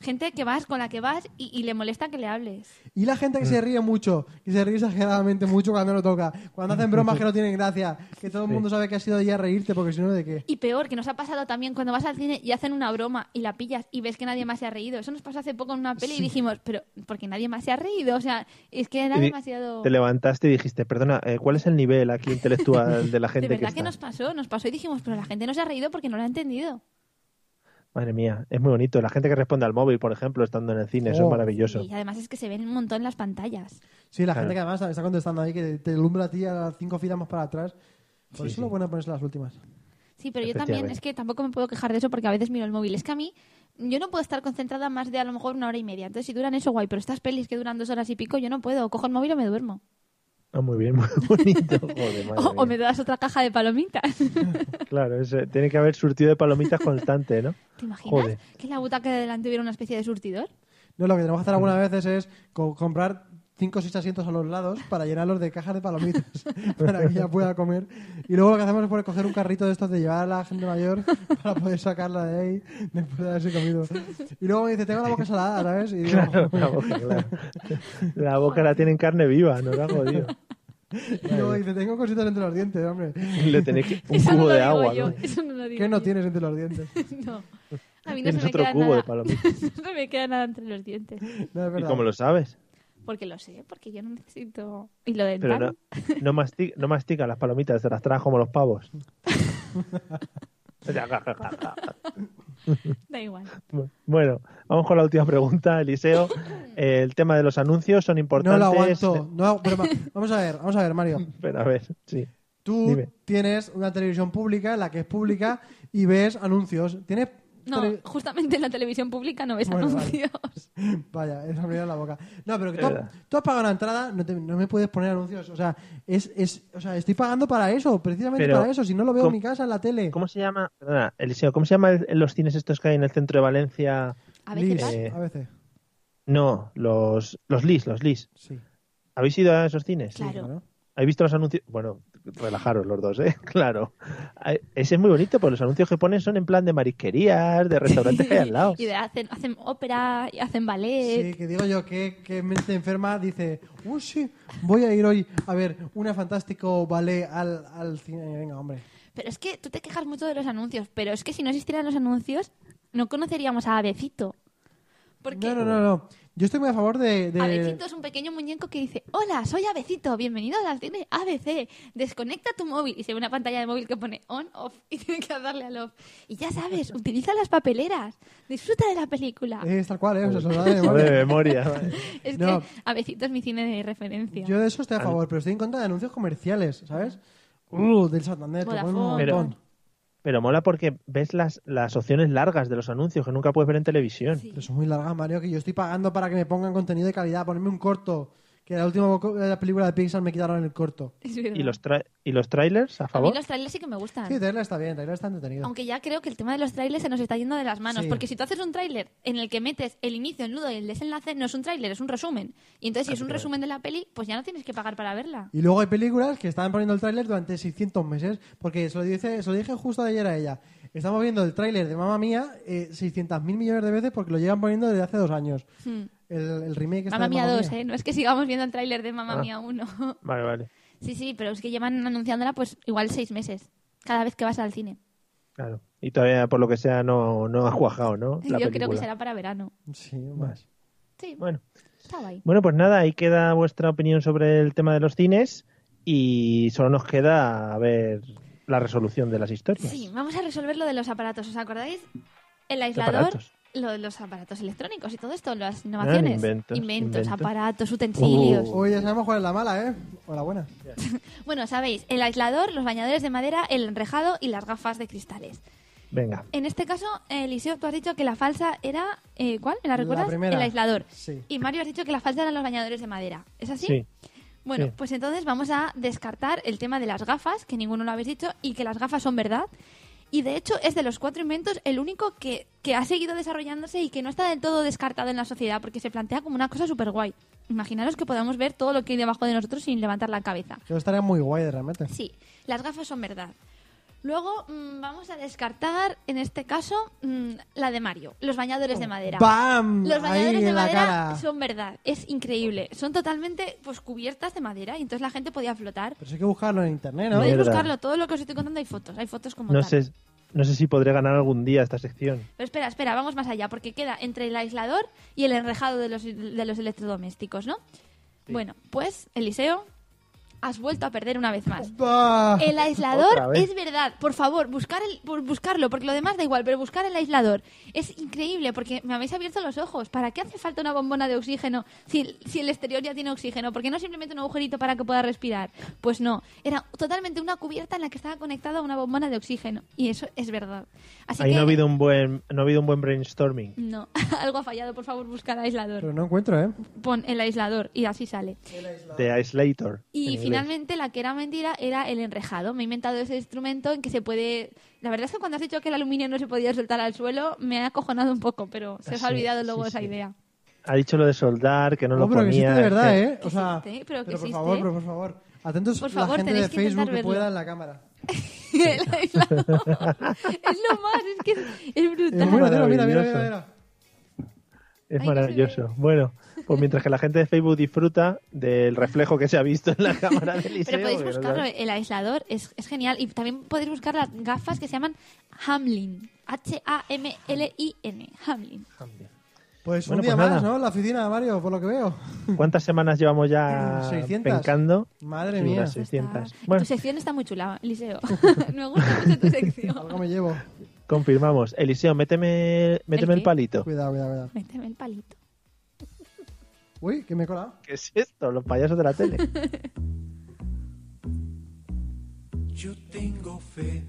gente que vas con la que vas y, y le molesta que le hables. Y la gente que se ríe mucho, que se ríe exageradamente mucho cuando lo toca, cuando hacen bromas que no tienen gracia, que todo el mundo sabe que ha sido ya a reírte porque si no, ¿de qué? Y peor, que nos ha pasado también cuando vas al cine y hacen una broma y la pillas y ves que nadie más se ha reído. Eso nos pasó hace poco en una peli y dijimos, pero porque nadie más se ha reído. O sea, es que era Y di- demasiado... Te levantaste y dijiste, perdona, eh, ¿cuál es el nivel aquí intelectual de la De gente verdad que que, está? nos pasó, nos pasó y dijimos, pero la gente no se ha reído porque no lo ha entendido. Madre mía, es muy bonito. La gente que responde al móvil, por ejemplo, estando en el cine, eso Oh. es maravilloso. Y además es que se ven un montón en las pantallas. Sí, la Claro. gente que además está contestando ahí que te alumbra a ti a las cinco filas más para atrás. Por eso sí. lo bueno es ponerse las últimas. Sí, pero yo también, Efectivamente. es que tampoco me puedo quejar de eso porque a veces miro el móvil. Es que a mí, yo no puedo estar concentrada más de a lo mejor una hora y media. Entonces, si duran eso, guay, pero estas pelis que duran dos horas y pico, yo no puedo. Cojo el móvil o me duermo. Ah, muy bien, muy bonito. Joder, madre O, o Oh, me mía. das otra caja de palomitas. Claro, ese- tiene que haber surtido de palomitas constante, ¿no? ¿Te imaginas Joder. que en la butaca de delante hubiera una especie de surtidor? No, lo que tenemos que hacer algunas veces es co- comprar cinco o seis asientos a los lados para llenarlos de cajas de palomitas para que ella pueda comer. Y luego lo que hacemos es poner- coger un carrito de estos de llevar a la gente mayor para poder sacarla de ahí después de haberse comido. Y luego me dice, tengo la boca salada, ¿sabes? Y digo, Claro, la boca, claro. La boca la tienen carne viva, no la hago, tío. y luego dice, tengo cositas entre los dientes, hombre. Le tenéis que- un eso cubo no lo de digo agua. yo. ¿no? Eso no lo digo ¿Qué no yo. tienes entre los dientes? No. A mí no Tienes se me otro queda cubo de nada. palomitas. no se me queda nada entre los dientes. No, es ¿Y verdad. cómo lo sabes? Porque lo sé, porque yo no necesito hilo Pero dental. no, no, mastica, no mastica las palomitas, te las traes como los pavos. Da igual. Bueno, vamos con la última pregunta, Eliseo. El tema de los anuncios son No importantes. lo aguanto. No, hago- pero va- vamos a ver, vamos a ver, Mario. Pero a ver, sí. Tú Dime. tienes una televisión pública, la que es pública, y ves anuncios. Tienes... No, tele- justamente en la televisión pública no ves Bueno, vale. anuncios. Vaya, esa me en la boca. No, pero que Es tú, verdad. tú has pagado una entrada, no, te- no me puedes poner anuncios. O sea, es, es, o sea, estoy pagando para eso, precisamente Pero, para eso. Si no lo veo en ¿cómo- mi casa, en la tele. ¿Cómo se llama? Perdona, Eliseo, ¿cómo se llama el- los cines estos que hay en el centro de Valencia? A Lis, veces Eh, a veces. No, los, los LIS, los LIS. Sí. ¿Habéis ido a esos cines? Claro. ¿Habéis visto los anuncios? Bueno, relajaros los dos, ¿eh? Claro. Ay, Ese es muy bonito, porque los anuncios que ponen son en plan de marisquerías, de restaurantes que hay al lado. y de- hacen, hacen ópera y hacen Sí, ballet. que digo yo que, que mente enferma dice, uy, sí, voy a ir hoy a ver una fantástico ballet al, al cine. Eh, Venga, hombre. Pero es que tú te quejas mucho de los anuncios, pero es que si no existieran los anuncios, no conoceríamos a Abecito. Porque No, no, no, no. Yo estoy muy a favor de... de- Abecito es un pequeño muñeco que dice, hola, soy Abecito, bienvenido al cine ABC, desconecta tu móvil. Y se ve una pantalla de móvil que pone on, off, y tiene que darle al off. Y ya sabes, utiliza las papeleras, disfruta de la película. Es tal cual, ¿eh? O sea, se lo da de Joder, memoria. de memoria. vale. es no. que Abecito es mi cine de referencia. Yo de eso estoy a favor, pero estoy en contra de anuncios comerciales, ¿sabes? Uh, del Santander, te ponen un Vodafone. Pero- montón. Pero mola porque ves las, las opciones largas de los anuncios que nunca puedes ver en televisión. Sí. Pero son muy largas, Mario, que yo estoy pagando para que me pongan contenido de calidad, ponerme un corto. Que la última co- la película de Pixar me quitaron el corto. Es verdad. ¿Y los, tra- ¿Y los trailers, a A mí favor? los trailers sí que me gustan. Sí, trailer está bien, trailer está entretenido. Aunque ya creo que el tema de los trailers se nos está yendo de las manos, Sí. porque si tú haces un tráiler en el que metes el inicio, el nudo y el desenlace, no es un tráiler, es un resumen. Y entonces si es un resumen de la peli, pues ya no tienes que pagar para verla. Y luego hay películas que estaban poniendo el tráiler durante 600 meses, porque se lo, dice, se lo dije justo ayer a ella. Estamos viendo el tráiler de Mamma Mía 600.000 millones de veces porque lo llevan poniendo desde hace dos años. El, el remake está Hmm. Mamma de Mía Mamma 2, Mía. ¿eh? No es que sigamos viendo el tráiler de Mamma Ah. Mía 1. Vale, vale. sí, sí, pero es que llevan anunciándola pues igual seis meses, cada vez que vas al cine. Claro. Y todavía, por lo que sea, no, no ha cuajado, ¿no? La Yo creo que película. será para verano. Sí, más. Sí, Bueno. está guay. Bueno, pues nada, ahí queda vuestra opinión sobre el tema de los cines y solo nos queda ver la resolución de las historias. Sí, vamos a resolver lo de los aparatos. ¿Os acordáis? El aislador, aparatos? lo de los aparatos electrónicos y todo esto, las Ah, innovaciones. inventos, inventos. Uh. aparatos, utensilios. Hoy ya sabemos cuál es la mala, ¿eh? O la buena. Bueno, sabéis, el aislador, los bañadores de madera, el enrejado y las gafas de cristales. Venga. En este caso, eh, Eliseo, tú has dicho que la falsa era... eh, ¿Cuál? ¿Me la recuerdas? primera. El aislador. Sí. Y Mario has dicho que la falsa eran los bañadores de madera. ¿Es así? Sí. Bueno, sí. pues entonces vamos a descartar el tema de las gafas, que ninguno lo habéis dicho, y que las gafas son verdad. Y de hecho es de los cuatro inventos el único que, que ha seguido desarrollándose y que no está del todo descartado en la sociedad, porque se plantea como una cosa súper guay. Imaginaros que podamos ver todo lo que hay debajo de nosotros sin levantar la cabeza. Que estaría muy guay, realmente. Sí, las gafas son verdad. Luego mm, vamos a descartar, en este caso, mm, la de Mario, los bañadores de madera. ¡Bam! Los bañadores Oh, Ahí de en la madera cara. son verdad, es increíble. Son totalmente pues cubiertas de madera y entonces la gente podía flotar. Pero eso hay que buscarlo en internet, ¿no? Podéis Mierda. buscarlo, todo lo que os estoy contando hay fotos, hay fotos como No tal. sé, no sé si podré ganar algún día esta sección. Pero espera, espera, vamos más allá, porque queda entre el aislador y el enrejado de los, de los electrodomésticos, ¿no? Bueno, pues, Eliseo, has vuelto a perder una vez más. Bah. El Otra aislador vez. es verdad. Por favor, buscar el, por buscarlo, porque lo demás da igual, pero buscar el aislador es increíble porque me habéis abierto los ojos. ¿Para qué hace falta una bombona de oxígeno si, si el exterior ya tiene oxígeno? ¿Por qué no simplemente un agujerito para que pueda respirar? Pues no, era totalmente una cubierta en la que estaba conectada una bombona de oxígeno. Y eso es verdad. Así Ahí que no ha habido un buen, no ha habido un buen brainstorming. no, algo ha fallado. Por favor, buscar aislador. Pero no encuentro, ¿eh? Pon el aislador y así sale. De Isolator. en Y inglés. finalmente la que era mentira era el enrejado. Me he inventado ese instrumento en que se puede... La verdad es que cuando has dicho que el aluminio no se podía soltar al suelo, me ha acojonado un poco, pero se os ha Sí, olvidado luego sí, esa sí. idad. Ha dicho lo de soldar, que no lo No, Oh, pero que ponía. existe de verdad, que- ¿eh? O sea, existe, pero que por existe. favor, pero por favor. Atentos Por la favor, gente de tenéis que intentar Facebook que verlo. pueda en la cámara. El aislador. es lo más, es que es, es Eh, brutal. mira, mira, mira, mira, maravilloso. mira. Es Ay, no se maravilloso. Bueno, pues mientras que la gente de Facebook disfruta del reflejo que se ha visto en la cámara del liceo. Pero podéis que no buscarlo, ¿eh? sabe- el aislador es, es genial. Y también podéis buscar las gafas que se llaman Hamlin. H-A-M-L-I-N. Hamlin. Pues Bueno, un día pues más, nada. ¿no? La oficina, Mario, por lo que veo. ¿Cuántas semanas llevamos ya 600. pencando? Madre Sí, mía. unas 600. Está- Bueno, Tu sección está muy chula, Eliseo. me gusta mucho tu Algo sección. me llevo. confirmamos. Eliseo, méteme, méteme ¿El el, qué? palito. Cuidado, cuidado, cuidado. Méteme el palito. Uy, que me he colado. ¿Qué es esto? Los payasos de la tele. Yo tengo fe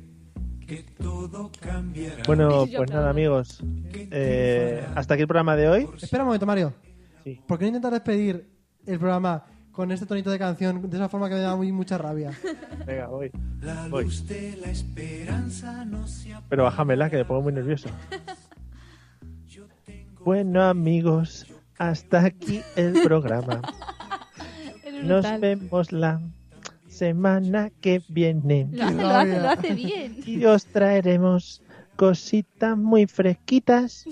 que todo cambiará. Bueno, Yo pues aplaudo. nada, amigos. Eh, hasta aquí el programa de hoy. Espera un momento, Mario. Sí. ¿Por qué no intentar despedir el programa con este tonito de canción de esa forma que me da muy, mucha rabia? Venga, voy. la voy. luz de la esperanza no se apaga. Pero bájamela, que me pongo muy nervioso. Bueno, amigos, hasta aquí el programa. Es Nos brutal. vemos la semana que viene. Lo hace, lo hace, lo hace bien. Y os traeremos cositas muy fresquitas,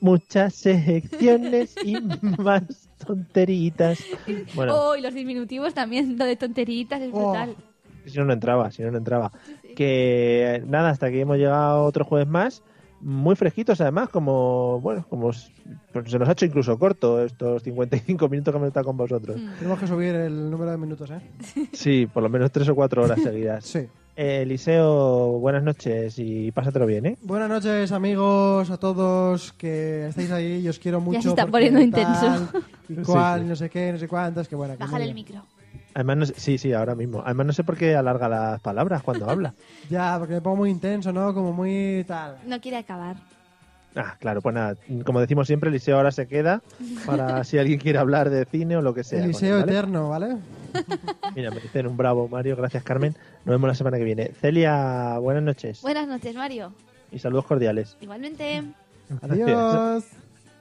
muchas secciones y más tonteritas. Bueno, Oh, y los diminutivos también, lo de tonteritas, es Oh. brutal. si no, no entraba, si no, no entraba. Sí, sí. que eh, nada, hasta aquí hemos llegado otro jueves más, muy fresquitos además, como bueno, como s- pues se nos ha hecho incluso corto estos 55 minutos que hemos estado con vosotros. Mm. Tenemos que subir el número de minutos, ¿eh? Sí, por lo menos tres o cuatro horas seguidas. Sí. Eh, Eliseo, buenas noches y pásatelo bien, ¿eh? Buenas noches, amigos, a todos que estáis ahí. Yo os quiero mucho. se está porque poniendo tal, intenso. Y Sí, cual, sí. no sé qué, no sé cuántas, que bueno. que Bájale muy el bien. micro. Además, no sé- sí, sí, ahora mismo. Además, no sé por qué alarga las palabras cuando habla. Ya, porque me pongo muy intenso, ¿no? Como muy tal. No quiere acabar. Ah, claro, pues nada, como decimos siempre, Eliseo ahora se queda para si alguien quiere hablar de cine o lo que sea. con él, Eliseo ¿vale? eterno, ¿vale? Mira, me dicen un bravo, Mario. Gracias, Carmen. Nos vemos la semana que viene. Celia, buenas noches. Buenas noches, Mario. Y saludos cordiales. Igualmente. Adiós.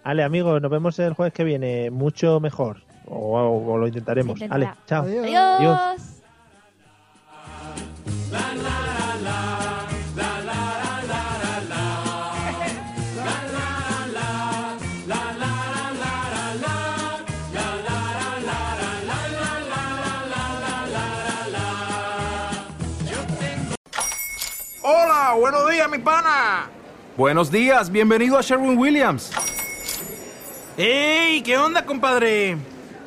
Ale, amigos, nos vemos el jueves que viene. Mucho mejor. O, o- o lo intentaremos. Se Ale, intentará. chao. Adiós. Adiós. Hola, buenos días, mi pana. Buenos días, bienvenido a Sherwin Williams. ¡Ey! ¿Qué onda, compadre?